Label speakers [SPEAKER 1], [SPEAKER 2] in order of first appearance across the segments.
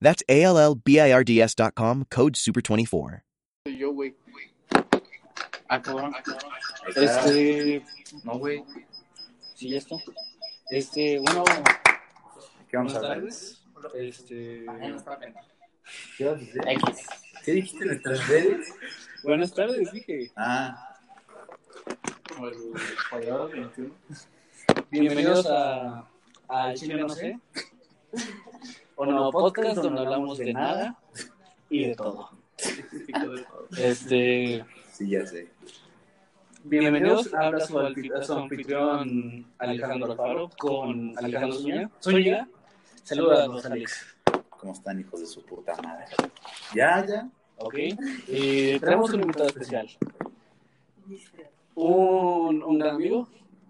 [SPEAKER 1] That's A L L B I R D S dot com, code SUPER24.
[SPEAKER 2] Yo, güey. Ah, cabrón. Este. No, güey. Sí, ya está. Este, bueno.
[SPEAKER 3] ¿Qué vamos
[SPEAKER 2] Buenas
[SPEAKER 3] a hablar?
[SPEAKER 2] tardes. Este.
[SPEAKER 3] ¿Qué vas a hacer?
[SPEAKER 2] X.
[SPEAKER 3] ¿Qué dijiste nuestras redes?
[SPEAKER 2] Buenas tardes, dije.
[SPEAKER 3] Ah,
[SPEAKER 2] Bienvenidos a. A Chile No sé. O no, podcast donde hablamos de nada y de todo. Este.
[SPEAKER 3] sí, ya sé.
[SPEAKER 2] Bienvenidos, habla su, alpi- su anfitrión Alejandro Alfaro con Alejandro Zúñiga. Zúñiga. Saludos, Alex.
[SPEAKER 3] ¿Cómo están, hijos de su puta madre? Ya, ya.
[SPEAKER 2] Ok. Y traemos un invitado especial. Un, un gran amigo,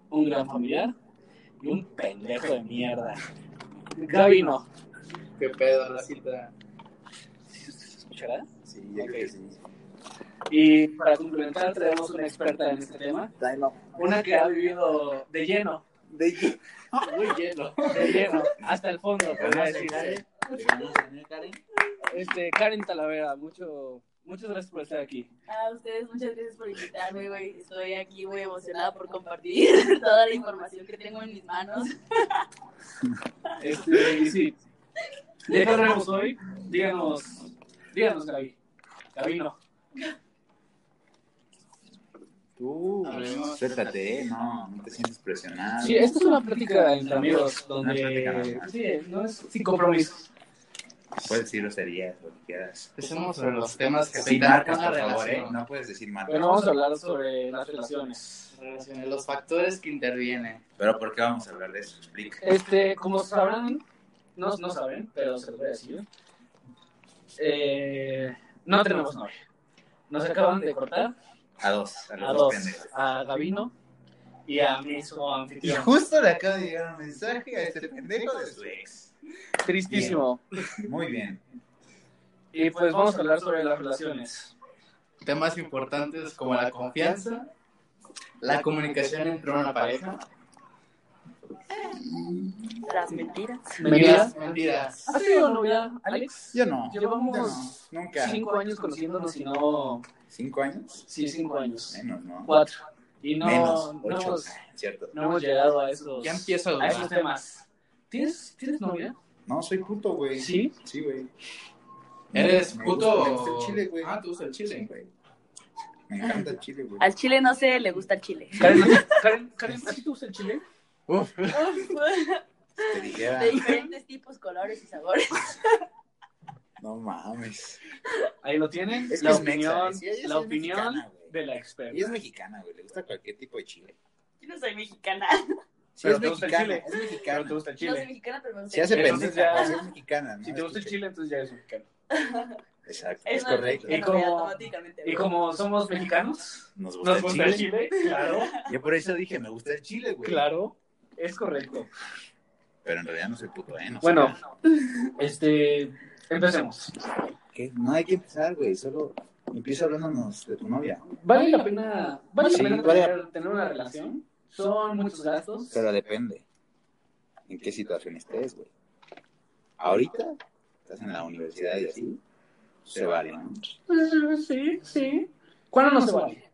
[SPEAKER 2] un gran familiar y un pendejo de mierda. Gaby no.
[SPEAKER 4] ¿Qué pedo, racita?
[SPEAKER 2] ¿Se escuchará?
[SPEAKER 3] Sí, yo
[SPEAKER 2] Ok.
[SPEAKER 3] creo que sí.
[SPEAKER 2] Y para complementar, traemos una experta en este tema.
[SPEAKER 3] Time out.
[SPEAKER 2] Una que ha vivido de lleno,
[SPEAKER 3] De-
[SPEAKER 4] Muy lleno. Ah,
[SPEAKER 2] de lleno, hasta el fondo, podría decirse. Este, Karen Talavera, mucho, muchas gracias por estar aquí.
[SPEAKER 5] A ustedes muchas gracias por invitarme, güey. Estoy aquí muy emocionada por compartir toda la información que tengo en mis manos.
[SPEAKER 2] Este, y sí. ¿De qué hablaremos hoy? Díganos, díganos, Gaby. Gaby no.
[SPEAKER 3] Tú,
[SPEAKER 4] Hablemos.
[SPEAKER 3] suéltate, eh, no, no te sientes presionado.
[SPEAKER 2] Sí, esta es una plática entre amigos,
[SPEAKER 3] Una plática
[SPEAKER 2] donde...
[SPEAKER 3] normal.
[SPEAKER 2] Sí, no es sin compromisos.
[SPEAKER 3] Puedes decir groserías, lo que quieras.
[SPEAKER 4] Empecemos sobre los temas que
[SPEAKER 3] Sin
[SPEAKER 4] afectan a
[SPEAKER 3] marcas,
[SPEAKER 4] cada
[SPEAKER 3] por favor, eh.
[SPEAKER 4] relación.
[SPEAKER 3] No puedes decir marcas.
[SPEAKER 2] Bueno, vamos a hablar sobre las relaciones.
[SPEAKER 4] Relaciones, Los factores que intervienen.
[SPEAKER 3] Pero ¿por qué vamos a hablar de eso? Explica.
[SPEAKER 2] Este, como sabrán, no, no saben, pero se los voy a decir. Eh, no tenemos novia. Nos acaban de cortar
[SPEAKER 3] A dos, a los
[SPEAKER 2] a
[SPEAKER 3] dos
[SPEAKER 2] dos,
[SPEAKER 3] pendejos.
[SPEAKER 2] a Gabino y a mi su
[SPEAKER 4] Y
[SPEAKER 2] anfitrión.
[SPEAKER 4] justo le acaba de llegar un mensaje a este
[SPEAKER 3] Pendejo
[SPEAKER 4] pendejo
[SPEAKER 3] de
[SPEAKER 4] de
[SPEAKER 3] su ex.
[SPEAKER 2] Tristísimo.
[SPEAKER 3] Muy bien.
[SPEAKER 2] Y pues vamos a hablar sobre las relaciones.
[SPEAKER 4] temas importantes como la confianza, la comunicación entre una pareja
[SPEAKER 5] Las mentiras.
[SPEAKER 4] y
[SPEAKER 2] ¿Mentiras?
[SPEAKER 4] las mentiras.
[SPEAKER 2] ¿Has tenido novia, Alex?
[SPEAKER 3] Yo no.
[SPEAKER 2] Llevamos
[SPEAKER 3] Yo no, Nunca.
[SPEAKER 2] cinco años conociéndonos y no...
[SPEAKER 3] ¿Cinco años?
[SPEAKER 2] Sí, cinco años.
[SPEAKER 3] Menos, ¿no?
[SPEAKER 2] Cuatro. Y no,
[SPEAKER 3] Menos,
[SPEAKER 2] no
[SPEAKER 3] ocho.
[SPEAKER 2] hemos,
[SPEAKER 3] Cierto.
[SPEAKER 2] no hemos llegado a esos...
[SPEAKER 4] Ya empiezo a
[SPEAKER 2] a esos
[SPEAKER 4] dudar.
[SPEAKER 2] temas. ¿Tienes, ¿Tienes novia?
[SPEAKER 3] No, soy puto, güey.
[SPEAKER 2] Sí.
[SPEAKER 3] Sí, güey.
[SPEAKER 4] ¿Eres
[SPEAKER 3] Me
[SPEAKER 4] puto
[SPEAKER 3] gusta- me gusta el
[SPEAKER 4] o-
[SPEAKER 3] chile, güey.
[SPEAKER 4] Ah, ¿te gusta el chile?
[SPEAKER 3] Sí, güey. Me encanta el chile, güey.
[SPEAKER 5] Al chile no sé, le gusta el chile.
[SPEAKER 2] Karen, Karen, Karen, ¿a ti te gusta el chile?
[SPEAKER 4] Uf,
[SPEAKER 3] Te dijera,
[SPEAKER 5] De diferentes tipos, colores y sabores.
[SPEAKER 3] no mames.
[SPEAKER 2] Ahí lo tienen.
[SPEAKER 3] Es que
[SPEAKER 2] la
[SPEAKER 3] es
[SPEAKER 2] opinión,
[SPEAKER 3] mexa, es- ella
[SPEAKER 2] la
[SPEAKER 3] es
[SPEAKER 2] opinión
[SPEAKER 3] mexicana, güey.
[SPEAKER 2] de la experta.
[SPEAKER 3] Ella es mexicana, güey. Le gusta cualquier tipo de chile.
[SPEAKER 5] Yo no soy mexicana.
[SPEAKER 3] Sí,
[SPEAKER 2] Pero
[SPEAKER 3] es
[SPEAKER 2] te gusta el
[SPEAKER 3] mexicana.
[SPEAKER 2] chile.
[SPEAKER 3] Es
[SPEAKER 2] Pero te
[SPEAKER 3] mexicana.
[SPEAKER 2] gusta el
[SPEAKER 5] No soy
[SPEAKER 2] chile.
[SPEAKER 5] mexicana, pero me gusta
[SPEAKER 3] Se hace
[SPEAKER 5] el chile.
[SPEAKER 2] Entonces
[SPEAKER 3] pendeja,
[SPEAKER 2] ya-
[SPEAKER 3] pero es mexicana. ¿no?
[SPEAKER 2] Si te gusta el
[SPEAKER 3] Escucha.
[SPEAKER 2] chile, entonces ya eres mexicano.
[SPEAKER 3] Exacto,
[SPEAKER 5] Es
[SPEAKER 3] es
[SPEAKER 5] una
[SPEAKER 3] correcto.
[SPEAKER 2] Y
[SPEAKER 5] mexicana,
[SPEAKER 2] como-
[SPEAKER 5] automáticamente,
[SPEAKER 2] Y
[SPEAKER 5] güey.
[SPEAKER 2] como somos mexicanos,
[SPEAKER 3] Nos gusta,
[SPEAKER 2] nos gusta el
[SPEAKER 3] el chile.
[SPEAKER 2] chile, claro,
[SPEAKER 3] Yo por eso dije, me gusta el chile, güey.
[SPEAKER 2] claro, es correcto.
[SPEAKER 3] Pero en realidad no soy puto, ¿eh? No sé.
[SPEAKER 2] Bueno, este, empecemos.
[SPEAKER 3] ¿Qué? No hay que empezar, güey. Solo empieza hablándonos de tu novia.
[SPEAKER 2] ¿Vale la pena, vale la
[SPEAKER 3] Sí,
[SPEAKER 2] pena
[SPEAKER 3] vale.
[SPEAKER 2] tener, tener una relación? Son muchos gastos.
[SPEAKER 3] Pero depende en qué situación estés, güey. Ahorita estás en la universidad y así, se vale, ¿no?
[SPEAKER 2] Sí, sí. ¿Cuándo no se vale?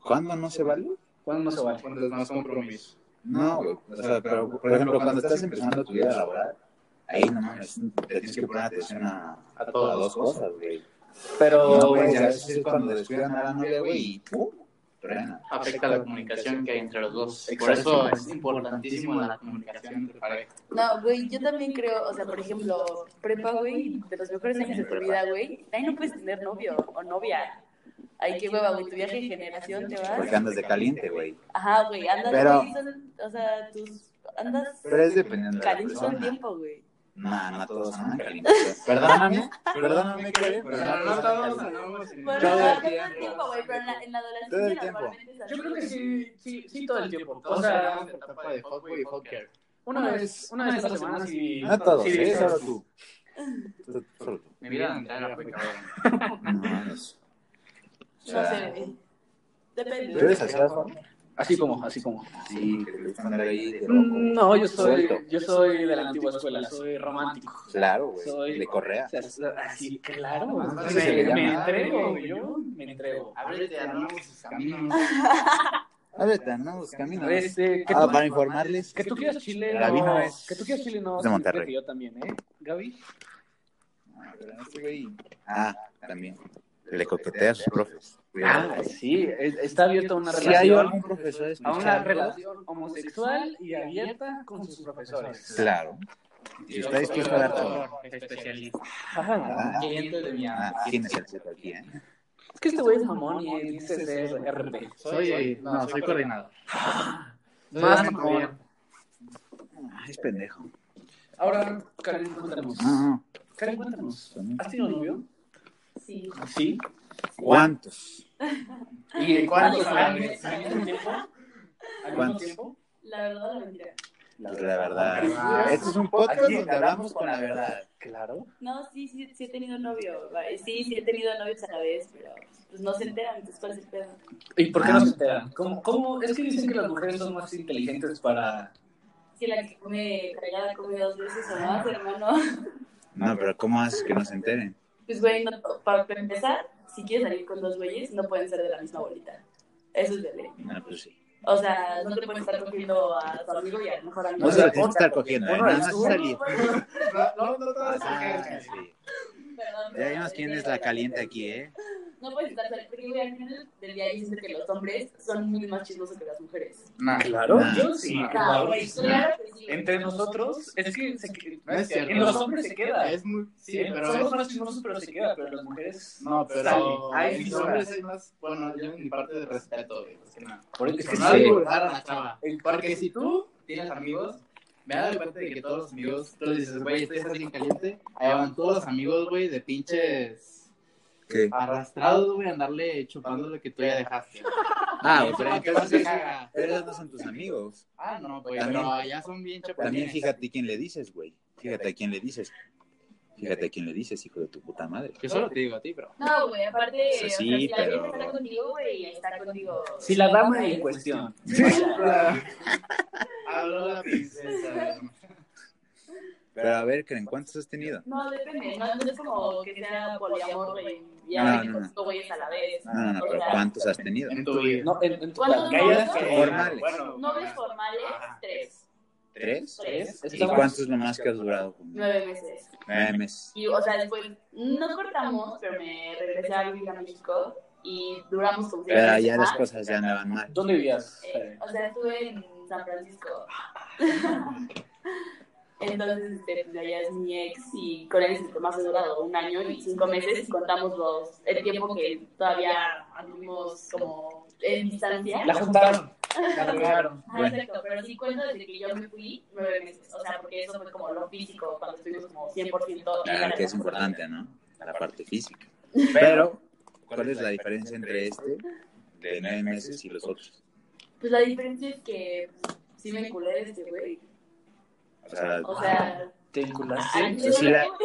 [SPEAKER 3] ¿Cuándo no se vale?
[SPEAKER 2] ¿Cuándo no se vale?
[SPEAKER 4] cuando es más compromiso.
[SPEAKER 3] No, güey. O sea, pero, por ejemplo, cuando estás empezando tu vida laboral, ahí no mames, te tienes que poner atención a,
[SPEAKER 4] A
[SPEAKER 3] a
[SPEAKER 4] todas
[SPEAKER 3] dos cosas, güey.
[SPEAKER 2] Pero,
[SPEAKER 3] No, güey, a veces es cuando descuidan a la novia, güey, y ¡pum! truena.
[SPEAKER 4] Afecta la comunicación que hay entre los dos. Por eso es importantísimo la comunicación entre pareja.
[SPEAKER 5] No, güey, yo también creo, o sea, por ejemplo, prepa, güey, de los mejores años de tu vida, güey, ahí no puedes tener novio o novia. Ay, qué hueva, güey, tu viaje de generación te vas.
[SPEAKER 3] Porque andas de caliente, güey.
[SPEAKER 5] Ajá, güey, andas,
[SPEAKER 3] Pero-
[SPEAKER 5] güey, son- o sea, tus, andas
[SPEAKER 3] Pero es dependiendo de la
[SPEAKER 5] caliente todo el
[SPEAKER 3] persona.
[SPEAKER 5] tiempo, güey.
[SPEAKER 3] Nah, no todos andan calientitos.
[SPEAKER 4] Perdóname, perdóname, Karen, pero
[SPEAKER 2] Pero no todos andamos en-
[SPEAKER 5] Bueno,
[SPEAKER 4] Todo el
[SPEAKER 5] no, no todo el
[SPEAKER 4] tiempo.
[SPEAKER 5] tiempo, güey, pero en la, en la
[SPEAKER 4] Todo el
[SPEAKER 5] adolescencia
[SPEAKER 4] tiempo.
[SPEAKER 5] normalmente es así.
[SPEAKER 2] Yo creo que sí, sí, sí todo el tiempo.
[SPEAKER 4] O sea, la etapa de
[SPEAKER 2] fuckboy
[SPEAKER 4] fuckboy y fucker.
[SPEAKER 2] Una vez, una vez a la semana sí. Ah,
[SPEAKER 4] No todos,
[SPEAKER 2] sí,
[SPEAKER 4] ¿eh?
[SPEAKER 2] sí,
[SPEAKER 4] Solo
[SPEAKER 2] sí.
[SPEAKER 4] tú.
[SPEAKER 3] Tú- solo tú.
[SPEAKER 2] Mi vida entera fue cabrón.
[SPEAKER 3] No mames. O
[SPEAKER 5] No
[SPEAKER 3] sea,
[SPEAKER 5] sé, güey. Depende.
[SPEAKER 4] ¿Tú Ah. eres atrasado?
[SPEAKER 2] Así como, así como.
[SPEAKER 3] Sí, que te gusta andar ahí de loco.
[SPEAKER 2] No, yo soy,
[SPEAKER 3] Suelto.
[SPEAKER 2] yo soy de la antigua escuela, soy romántico.
[SPEAKER 3] Claro, güey.
[SPEAKER 2] Soy-
[SPEAKER 3] Le correa.
[SPEAKER 2] O sea, es- así, claro.
[SPEAKER 4] Ah,
[SPEAKER 3] sí,
[SPEAKER 2] me,
[SPEAKER 3] ya.
[SPEAKER 2] me entrego, güey, yo me entrego.
[SPEAKER 4] Ábrete a nuevos caminos.
[SPEAKER 3] Ahorita, Ah, no, los
[SPEAKER 2] A
[SPEAKER 3] caminos.
[SPEAKER 2] veces, eh, que
[SPEAKER 3] Ah,
[SPEAKER 2] tú-
[SPEAKER 3] para informarles.
[SPEAKER 2] Que tú quieras Chile,
[SPEAKER 3] La vi una
[SPEAKER 2] no.
[SPEAKER 3] vez.
[SPEAKER 2] Que tú quieras Chile, no.
[SPEAKER 3] Es de
[SPEAKER 2] significa
[SPEAKER 3] Monterrey.
[SPEAKER 2] que Yo también, ¿eh? Gaby.
[SPEAKER 3] Ah, pero este güey- Ah, también. Le coquetea a sus profes.
[SPEAKER 2] Ah, sí. es- Está abierta una Ah,
[SPEAKER 3] Si hay
[SPEAKER 2] relación.
[SPEAKER 3] algún profesor
[SPEAKER 2] A una
[SPEAKER 3] escuchando,
[SPEAKER 2] relación homosexual y abierta con sus profesores.
[SPEAKER 3] claro. Y si está dispuesto a dar todo.
[SPEAKER 2] Especialista. Ajá. Cliente de mi
[SPEAKER 3] Ah,
[SPEAKER 2] alma.
[SPEAKER 3] ¿Quién es el puto aquí, eh?
[SPEAKER 2] Es que este güey es mamón y él dice ser RP.
[SPEAKER 4] Soy, no, soy coordinador.
[SPEAKER 2] Más
[SPEAKER 4] Soy
[SPEAKER 2] mamón.
[SPEAKER 3] Ah, Es pendejo.
[SPEAKER 2] Ahora, Karen, cuéntanos.
[SPEAKER 3] Ah,
[SPEAKER 2] Karen, cuéntanos.
[SPEAKER 3] también.
[SPEAKER 2] ¿Has tenido novio?
[SPEAKER 5] Sí.
[SPEAKER 2] Sí.
[SPEAKER 3] ¿Cuántos?
[SPEAKER 2] ¿Y en cuántos años?
[SPEAKER 5] ¿Al mismo tiempo?
[SPEAKER 2] ¿Al mismo
[SPEAKER 3] ¿Cuántos?
[SPEAKER 2] tiempo?
[SPEAKER 5] La verdad, la mentira.
[SPEAKER 3] Pues la verdad.
[SPEAKER 4] Ah.
[SPEAKER 3] Este es un podcast donde hablamos con la verdad.
[SPEAKER 2] Claro.
[SPEAKER 5] No, sí, sí, sí he tenido novio. güey. Sí, sí he tenido novios a la vez, pero pues no se enteran, entonces cuál es el pedo.
[SPEAKER 2] ¿Y por qué no se enteran? Ah, ¿Cómo, cómo? Es que dicen que las mujeres son más inteligentes para...
[SPEAKER 5] Si la que come callada come dos veces o más, hermano.
[SPEAKER 3] No, pero ¿cómo haces que no se enteren?
[SPEAKER 5] Pues, güey, no- para para empezar, si quieres salir con dos güeyes, no pueden ser de la misma bolita. Eso es de ley.
[SPEAKER 3] Ah, pues sí.
[SPEAKER 5] O sea, no te pueden estar cogiendo a tu amigo y a lo mejor a mí.
[SPEAKER 3] No se lo tienes que estar cogiendo, ¿eh?
[SPEAKER 2] Uno
[SPEAKER 3] Nada
[SPEAKER 2] es
[SPEAKER 3] más es
[SPEAKER 2] uno,
[SPEAKER 3] salir.
[SPEAKER 4] No, no, no, todas las
[SPEAKER 3] Ah,
[SPEAKER 4] mujeres.
[SPEAKER 3] sí. Ya vimos quién es la caliente aquí, ¿eh?
[SPEAKER 5] No puedes estar saliendo, porque güey, al final del día dicen que los hombres son muy más chismosos que las mujeres.
[SPEAKER 4] No,
[SPEAKER 2] Claro.
[SPEAKER 3] Ah.
[SPEAKER 2] Yo sí.
[SPEAKER 5] Ah,
[SPEAKER 2] claro.
[SPEAKER 5] güey, claro que sí.
[SPEAKER 2] Entre nosotros, es que se que-
[SPEAKER 4] no es cierto.
[SPEAKER 2] en los hombres se queda.
[SPEAKER 4] Es muy, sí, pero
[SPEAKER 2] Son los
[SPEAKER 4] es,
[SPEAKER 2] más chismosos, pero se queda. Pero las mujeres...
[SPEAKER 4] no, pero
[SPEAKER 2] Sale. Ay,
[SPEAKER 4] en los
[SPEAKER 2] sí,
[SPEAKER 4] hombres es más, bueno, yo en mi parte de respeto, güey, más que nada.
[SPEAKER 2] Por el- es que
[SPEAKER 4] no
[SPEAKER 2] sí.
[SPEAKER 4] divulgar a la chava. Porque si tú tienes amigos, me he dado cuenta de que todos los amigos, tú les dices, güey, este está bien caliente. Ahí van todos los amigos, güey, de pinches
[SPEAKER 3] ¿Qué?
[SPEAKER 4] arrastrados, güey, a andarle chupando lo que tú ya dejaste.
[SPEAKER 3] Ah,
[SPEAKER 4] Eso es
[SPEAKER 3] pero
[SPEAKER 4] lo que más me
[SPEAKER 3] entonces...
[SPEAKER 4] caga.
[SPEAKER 3] Pero esos no son tus amigos.
[SPEAKER 4] Ah, no, güey,
[SPEAKER 3] También-
[SPEAKER 4] pero ya son bien chapatines.
[SPEAKER 3] También fíjate quién le dices, güey. Fíjate a quién le dices. Fíjate a quién le dices, hijo de tu puta madre.
[SPEAKER 4] Yo solo te digo a ti, pero.
[SPEAKER 5] No, güey, aparte,
[SPEAKER 3] Sí,
[SPEAKER 5] o sea,
[SPEAKER 3] sí,
[SPEAKER 5] si la
[SPEAKER 3] pero-
[SPEAKER 5] vieja está contigo, güey, está contigo.
[SPEAKER 2] Si la dama en cuestión.
[SPEAKER 4] Habló la princesa.
[SPEAKER 3] Pero a ver, ¿en cuántos has tenido?
[SPEAKER 5] No, depende, no, no es como que sea poliamor, güey,
[SPEAKER 3] No,
[SPEAKER 5] ya no,
[SPEAKER 3] no, Ah. no.
[SPEAKER 5] güeyes a la vez.
[SPEAKER 3] No, no, no, pero ¿cuántos has tenido?
[SPEAKER 4] En tu vida.
[SPEAKER 2] No, en, en tu
[SPEAKER 5] ¿Cuántos
[SPEAKER 2] que hayas-
[SPEAKER 5] novios?
[SPEAKER 2] que-
[SPEAKER 3] Formales.
[SPEAKER 4] Bueno,
[SPEAKER 5] Novios formales,
[SPEAKER 2] Ah.
[SPEAKER 4] Ajá.
[SPEAKER 5] tres,
[SPEAKER 3] ¿Tres?
[SPEAKER 5] tres,
[SPEAKER 2] ¿Tres?
[SPEAKER 3] ¿Y cuánto es lo más que has durado? conmigo?
[SPEAKER 5] nueve meses.
[SPEAKER 3] Nueve meses.
[SPEAKER 5] Y, o sea, después no cortamos, pero me regresé a vivir a México y duramos como seis
[SPEAKER 3] Pero
[SPEAKER 5] meses
[SPEAKER 3] Ah, ya las
[SPEAKER 5] más.
[SPEAKER 3] cosas ya andaban mal.
[SPEAKER 2] ¿Dónde vivías?
[SPEAKER 5] Eh, o sea, estuve en San Francisco. Entonces, este, pues, allá es mi ex y con él es más he durado un año y cinco meses y contamos los, el tiempo que todavía anduvimos como en distancia.
[SPEAKER 2] La juntaron. La regaron.
[SPEAKER 5] Ajá,
[SPEAKER 3] Bueno.
[SPEAKER 5] exacto, pero sí cuento desde que yo me fui nueve meses, o sea, porque eso fue como lo físico, cuando estuvimos como 100%.
[SPEAKER 3] Claro Ah, que es importante, ¿no? La parte física. Pero, ¿cuál es la diferencia entre este de nueve meses y los otros?
[SPEAKER 5] Pues la diferencia es que pues, sí me enculé de este güey,
[SPEAKER 3] O sea,
[SPEAKER 5] o sea...
[SPEAKER 2] Te vinculaste.
[SPEAKER 5] ay,
[SPEAKER 3] Ah, Sí, sí, la-
[SPEAKER 5] yo-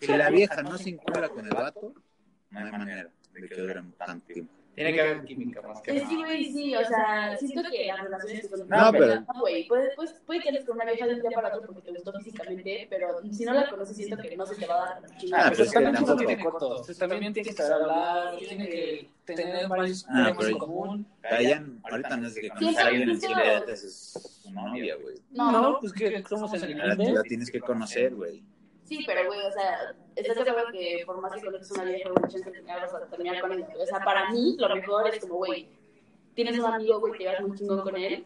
[SPEAKER 3] si la vieja no se incula con el vato, no hay manera de que duren tanto tiempo.
[SPEAKER 4] Tiene que haber química más que
[SPEAKER 2] Ah,
[SPEAKER 5] Es
[SPEAKER 4] nada.
[SPEAKER 5] que, güey, sí, o sea, siento que las relaciones que son...
[SPEAKER 3] No, pero-
[SPEAKER 5] No, güey, puede, pues, puede que eres con una vieja de un día para otro porque te gustó físicamente, pero si no la conoces siento que no se te va a dar chingada.
[SPEAKER 3] Ah, pero es que
[SPEAKER 2] también
[SPEAKER 3] tampoco-
[SPEAKER 2] se tiene corto. Entonces, También tiene que saber hablar, tiene que tener varios
[SPEAKER 3] Ah,
[SPEAKER 2] temas
[SPEAKER 3] pero-
[SPEAKER 2] en común.
[SPEAKER 3] Pero ya, ahorita no es de que conoces a alguien en Chile ya te haces su novia, güey.
[SPEAKER 5] No,
[SPEAKER 2] No, pues que somos en el
[SPEAKER 3] Ahora tú la tienes que conocer, güey.
[SPEAKER 5] Sí, pero, güey, o sea, ¿estás de acuerdo que por más que conozcas una vieja, güey, chance de terminar, vas a terminar con él? O sea, para mí, lo mejor es como, güey, tienes un amigo, güey, que vas muy chingón con él,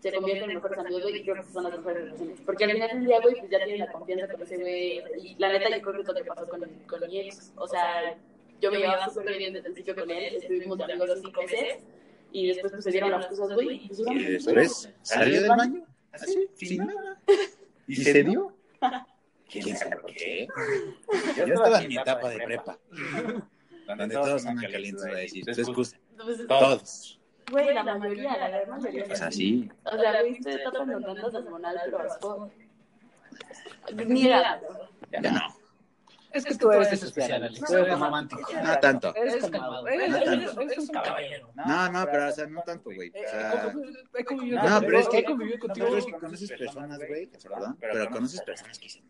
[SPEAKER 5] se convierten en mejores amigos, güey, y creo que esas son las mejores relaciones. Porque al final del día, güey, pues ya tienes la confianza con ese güey, o sea, y la neta, yo creo que es lo que pasó con, con mi ex. O sea, yo me llevaba súper bien desde el principio con él, estuvimos de amigos los cinco meses, y después pues, se dieron las cosas, güey, y pues,
[SPEAKER 3] Y
[SPEAKER 5] duramos un
[SPEAKER 3] después
[SPEAKER 5] chingo.
[SPEAKER 3] salió del baño, así, sin nada. ¿Y se dio? ¿Quién sabe por qué? Yo estaba en mi etapa de prepa, donde todos andan calientes a decir su excusa.
[SPEAKER 5] Entonces,
[SPEAKER 3] Todos.
[SPEAKER 5] güey, la mayoría, la gran mayoría.
[SPEAKER 3] O sea, sí.
[SPEAKER 5] O sea, güey, estoy etapa en donde andas hormonal, pero es por- Mira,
[SPEAKER 3] Ya no.
[SPEAKER 6] Es que tú eres especial, Alex. Tú eres romántico.
[SPEAKER 3] No tanto.
[SPEAKER 6] Eres calmado. Eres, eres- eres un caballero.
[SPEAKER 3] No, no, pero, o sea, no tanto, güey. O
[SPEAKER 6] Eh,
[SPEAKER 3] sea,
[SPEAKER 6] he he convivido
[SPEAKER 3] No,
[SPEAKER 6] contigo,
[SPEAKER 3] pero es que-
[SPEAKER 6] he convivido contigo.
[SPEAKER 3] pero es que conoces personas, güey, que- perdón, pero conoces personas que dicen,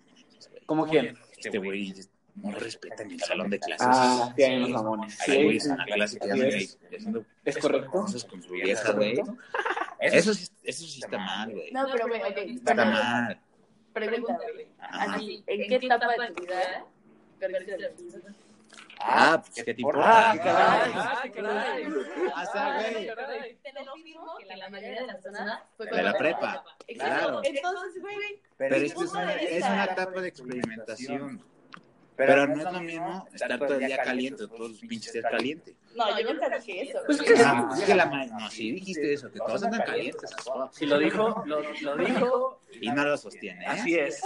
[SPEAKER 2] ¿Cómo quién?
[SPEAKER 3] este güey Este no respeta ni el salón de clases.
[SPEAKER 2] Ah, sí, hay unos mamones.
[SPEAKER 3] Hay
[SPEAKER 2] Sí, Ah,
[SPEAKER 3] güeyes en la clase que andan ahí haciendo
[SPEAKER 2] es correcto.
[SPEAKER 3] cosas con su vieja, güey. Eso sí, eso sí está mal, güey.
[SPEAKER 5] no, pero güey, ok.
[SPEAKER 3] Está
[SPEAKER 5] pero-
[SPEAKER 3] mal.
[SPEAKER 5] Pregunta, güey.
[SPEAKER 3] Ajá.
[SPEAKER 5] Así, ¿en qué etapa de tu vida? perdiste la virginidad?
[SPEAKER 3] Ah, pues que te
[SPEAKER 2] Ah,
[SPEAKER 3] importa.
[SPEAKER 2] caray.
[SPEAKER 6] Ah, caray.
[SPEAKER 4] Hasta, güey.
[SPEAKER 6] caray.
[SPEAKER 5] Te lo firmo que la mayoría de las personas fue
[SPEAKER 3] De la
[SPEAKER 5] cuando-
[SPEAKER 3] prepa.
[SPEAKER 5] Exacto.
[SPEAKER 3] Claro.
[SPEAKER 5] Entonces, güey,
[SPEAKER 3] Pero
[SPEAKER 5] mi
[SPEAKER 3] esto es
[SPEAKER 5] punto
[SPEAKER 3] una,
[SPEAKER 5] de
[SPEAKER 3] es
[SPEAKER 5] vista-
[SPEAKER 3] una etapa de experimentación. Pero no es lo mismo estar todo el día caliente, todos los pinches días caliente.
[SPEAKER 5] no, yo nunca dije eso.
[SPEAKER 6] Pues
[SPEAKER 5] güey.
[SPEAKER 6] que-
[SPEAKER 3] Ah, es que la ma- No, sí dijiste eso, que todos andan calientes.
[SPEAKER 2] Si lo dijo, lo, lo dijo.
[SPEAKER 3] Y no lo sostiene, ¿eh?
[SPEAKER 2] Así es.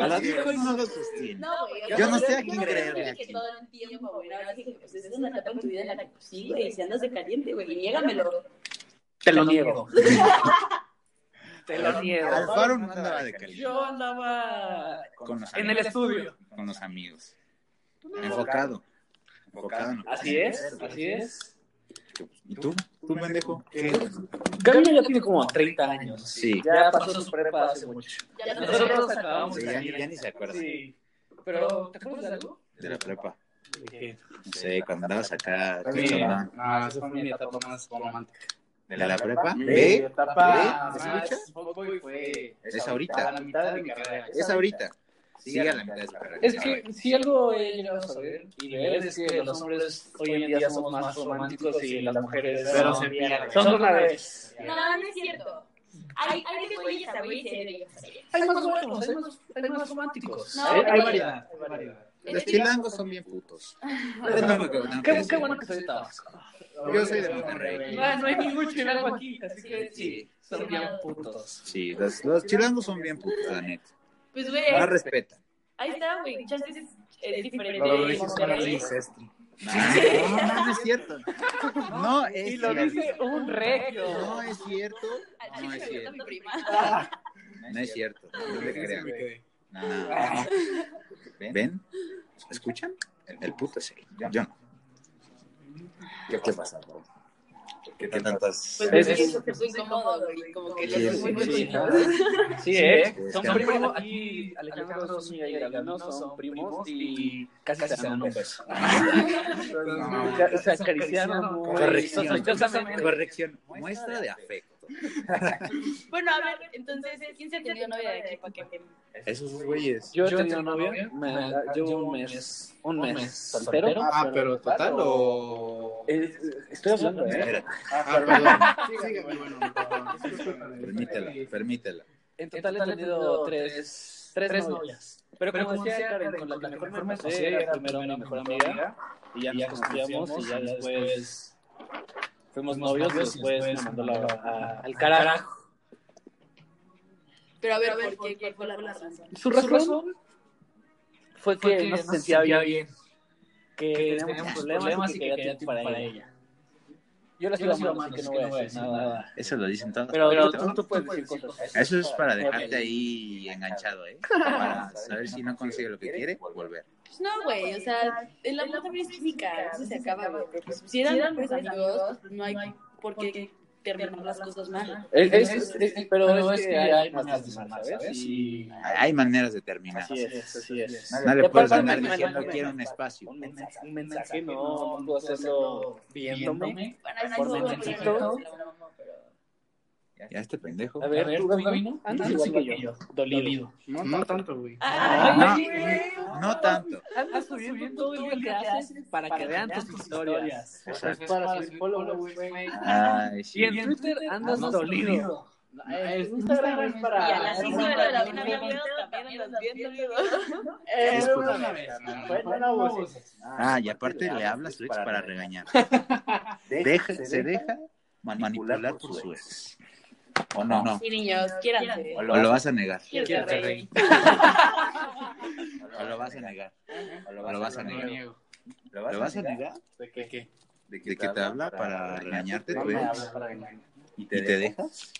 [SPEAKER 3] A los hijos no lo sostiene.
[SPEAKER 5] No, güey.
[SPEAKER 3] Yo no sé a quién
[SPEAKER 5] yo
[SPEAKER 3] creerle
[SPEAKER 5] dije
[SPEAKER 3] aquí.
[SPEAKER 5] que todo el tiempo, güey. Ahora dije que pues esa es una etapa en tu vida en la que pues, sí, güey, si andas de caliente, güey, y niégamelo.
[SPEAKER 2] Te lo niego. Te lo niego.
[SPEAKER 3] Alfaro no andaba de caliente.
[SPEAKER 6] Yo andaba
[SPEAKER 3] Con los
[SPEAKER 6] en el
[SPEAKER 3] amigos.
[SPEAKER 6] estudio.
[SPEAKER 3] Con los amigos. Enfocado. Enfocado. en lo que
[SPEAKER 2] Así
[SPEAKER 3] tiene que
[SPEAKER 2] es,
[SPEAKER 3] hacer, güey.
[SPEAKER 2] así es.
[SPEAKER 3] ¿Y tú? ¿Tú, pendejo?
[SPEAKER 2] Camilo ya tiene como 30 años.
[SPEAKER 3] Sí.
[SPEAKER 2] Ya pasó su prepa hace mucho.
[SPEAKER 5] Ya no sé.
[SPEAKER 2] Nosotros acabamos
[SPEAKER 3] Sí,
[SPEAKER 2] de
[SPEAKER 3] ya,
[SPEAKER 2] salir.
[SPEAKER 3] ni- ya ni se acuerda
[SPEAKER 2] Sí. Pero, ¿te acuerdas de algo?
[SPEAKER 3] de la prepa.
[SPEAKER 2] De
[SPEAKER 3] No sé, cuando andabas acá,
[SPEAKER 4] Sí.
[SPEAKER 3] chingón.
[SPEAKER 4] No, Ah, esa fue mi etapa más romántica.
[SPEAKER 3] de la prepa.
[SPEAKER 4] Mi
[SPEAKER 3] ¿Ve?
[SPEAKER 4] etapa
[SPEAKER 3] ¿Ve? ¿Se
[SPEAKER 4] más fuckboy fue
[SPEAKER 3] Es
[SPEAKER 4] a la
[SPEAKER 3] ahorita.
[SPEAKER 4] mitad de mi carrera.
[SPEAKER 3] Es ahorita. Sigue a la mitad de su carrera.
[SPEAKER 2] Es que si algo he llegado a saber y ver es que los hombres hoy en día somos más románticos y las mujeres
[SPEAKER 4] Pero
[SPEAKER 2] son,
[SPEAKER 4] se pierde.
[SPEAKER 2] son una vez.
[SPEAKER 5] No, no es cierto. Hay, hay de güeyes a güeyes y hay de viejas a viejas.
[SPEAKER 6] Hay más buenos, hay más, hay más románticos.
[SPEAKER 5] No,
[SPEAKER 4] Hay,
[SPEAKER 2] ¿Eh?
[SPEAKER 4] hay
[SPEAKER 5] güey.
[SPEAKER 4] variedad, hay variedad.
[SPEAKER 3] Los chilangos son bien putos. Es lo único que tengo que
[SPEAKER 6] Qué,
[SPEAKER 3] decir.
[SPEAKER 6] qué bueno que soy de Tabasco.
[SPEAKER 3] Yo soy de Monterrey.
[SPEAKER 6] Ah, No, no hay ningún chilango aquí, así que sí, son
[SPEAKER 5] Sí.
[SPEAKER 6] bien putos.
[SPEAKER 3] Sí, los, los chilangos son bien putos, la neta.
[SPEAKER 5] Pues, güey,
[SPEAKER 6] Eh.
[SPEAKER 4] Ah,
[SPEAKER 3] No respetan.
[SPEAKER 5] ahí está, güey. Chances es, es diferente.
[SPEAKER 4] Lo
[SPEAKER 5] de
[SPEAKER 4] dices con el
[SPEAKER 5] Monterrey.
[SPEAKER 4] ancestro.
[SPEAKER 3] No, no, Ah, no, no es cierto. No es
[SPEAKER 6] Y lo dice un regio.
[SPEAKER 3] No es cierto.
[SPEAKER 5] Al
[SPEAKER 3] No es
[SPEAKER 5] chile me gusta
[SPEAKER 3] cierto.
[SPEAKER 5] mi prima.
[SPEAKER 3] No es cierto. No le crean.
[SPEAKER 4] Me quedé.
[SPEAKER 3] No, no, no. ¿Ven? ¿Ven? ¿Escuchan? El, el puto es él. Yo no. ¿Qué, qué pasa, bro? ¿Qué, qué tantas...?
[SPEAKER 5] Pues,
[SPEAKER 2] Es-
[SPEAKER 5] es,
[SPEAKER 2] es-
[SPEAKER 5] que fue incómodo, güey. Como que
[SPEAKER 3] Sí,
[SPEAKER 5] los
[SPEAKER 3] sí,
[SPEAKER 5] fuimos
[SPEAKER 3] sí.
[SPEAKER 5] incómodos.
[SPEAKER 2] Sí, ¿eh?
[SPEAKER 3] Sí,
[SPEAKER 2] Son
[SPEAKER 3] es que-
[SPEAKER 2] primos aquí, Alejandro Zúñiga y Gabino son primos y casi se dan un beso.
[SPEAKER 4] No.
[SPEAKER 2] Se- Se acariciaron muy
[SPEAKER 3] Corrección. pues,
[SPEAKER 2] sospechosamente.
[SPEAKER 3] Corrección. Muestra de afecto.
[SPEAKER 5] Bueno, a ver, entonces, ¿quién se ha tenido novia de aquí? ¿Para qué?
[SPEAKER 3] Esos güeyes.
[SPEAKER 2] Yo he tenido novia, me- llevo un mes, un mes soltero.
[SPEAKER 4] Ah, pero total o.
[SPEAKER 2] Eh, Estoy hablando, ¿eh?
[SPEAKER 3] Espérate,
[SPEAKER 4] Ah, perdón. Eh, Sí, sí, bueno,
[SPEAKER 3] pues,
[SPEAKER 4] perdón.
[SPEAKER 3] permítela, permítela.
[SPEAKER 2] En total he tenido tres, tres, novias. Pero, como decía Karen, con la que mejor me pasé era primero mi mejor amiga y ya nos conocíamos y ya después fuimos novios y después me mandó la- a- al carajo.
[SPEAKER 5] Pero a ver, ¿por qué? ¿Cuál fue la razón?
[SPEAKER 2] Su razón fue que no se sentía bien,
[SPEAKER 6] bien.
[SPEAKER 2] que
[SPEAKER 6] Teníamos
[SPEAKER 2] teníamos problemas y que
[SPEAKER 6] tenía
[SPEAKER 2] quería tiempo para ella. Yo la
[SPEAKER 6] Yo la
[SPEAKER 2] sigo
[SPEAKER 6] sigo
[SPEAKER 2] amando, así que no voy a decir nada.
[SPEAKER 3] Eso lo dicen todos.
[SPEAKER 2] Pero, pero tú, tú puedes decir cosas.
[SPEAKER 3] Eso es para dejarte ahí enganchado, ¿eh? Para saber si no consigue lo que quiere, volver.
[SPEAKER 5] Pues no, güey, o sea, el amor también es química, eso se acaba, güey. Pero pues, si eran mejores amigos, pues no hay por qué terminar las cosas mal.
[SPEAKER 2] Es- es- es- es- pero es que hay maneras de sanar, ¿sabes? Y
[SPEAKER 3] Hay maneras de terminar.
[SPEAKER 2] así es, así es.
[SPEAKER 3] No le puedes
[SPEAKER 2] Aparte,
[SPEAKER 3] andar
[SPEAKER 2] me- me-
[SPEAKER 3] diciendo
[SPEAKER 2] me-
[SPEAKER 3] quiero un
[SPEAKER 2] me-
[SPEAKER 3] espacio.
[SPEAKER 2] un mensaje, un mensaje no, no puedo hacerlo viéndome.
[SPEAKER 5] Bueno, ahí
[SPEAKER 2] Por
[SPEAKER 5] sí, güey,
[SPEAKER 2] mensajito.
[SPEAKER 5] no, se la mamó, pero-
[SPEAKER 3] Ya este pendejo.
[SPEAKER 2] A ver, ¿tú, Gabino? Andas
[SPEAKER 6] Andas
[SPEAKER 2] igual
[SPEAKER 6] igual
[SPEAKER 2] que yo, dolido.
[SPEAKER 4] No, no tanto, güey.
[SPEAKER 5] Ah,
[SPEAKER 3] no. No tanto.
[SPEAKER 6] Andas subiendo todo el día que haces para que vean tus historias.
[SPEAKER 3] Exacto.
[SPEAKER 2] Para subir followers,
[SPEAKER 4] Eh,
[SPEAKER 2] güey.
[SPEAKER 3] Ay, sí.
[SPEAKER 6] Y en Twitter andas
[SPEAKER 2] Andas
[SPEAKER 6] dolido.
[SPEAKER 2] dolido.
[SPEAKER 4] El Instagram es para.
[SPEAKER 5] Y a las
[SPEAKER 4] Era
[SPEAKER 5] 5
[SPEAKER 4] una
[SPEAKER 5] de la
[SPEAKER 4] vez,
[SPEAKER 5] mañana
[SPEAKER 4] era
[SPEAKER 5] güey, también las viendo,
[SPEAKER 4] una
[SPEAKER 3] Disculpa.
[SPEAKER 4] vez, no, fue- no la
[SPEAKER 2] pues,
[SPEAKER 4] abuses.
[SPEAKER 3] Ah, y aparte le hablas su ex para regañar. Deja, se deja manipular por su ex. O no, no.
[SPEAKER 5] Sí, niños, quieran.
[SPEAKER 3] O lo vas a negar.
[SPEAKER 5] Quiero ser rey.
[SPEAKER 3] lo vas a negar. O lo vas a
[SPEAKER 4] Lo
[SPEAKER 3] negar.
[SPEAKER 4] niego.
[SPEAKER 3] ¿Lo vas a negar?
[SPEAKER 2] ¿De qué? qué?
[SPEAKER 3] ¿De que te habla para regañarte
[SPEAKER 2] pues.
[SPEAKER 3] tu ex? ¿Y te dejas?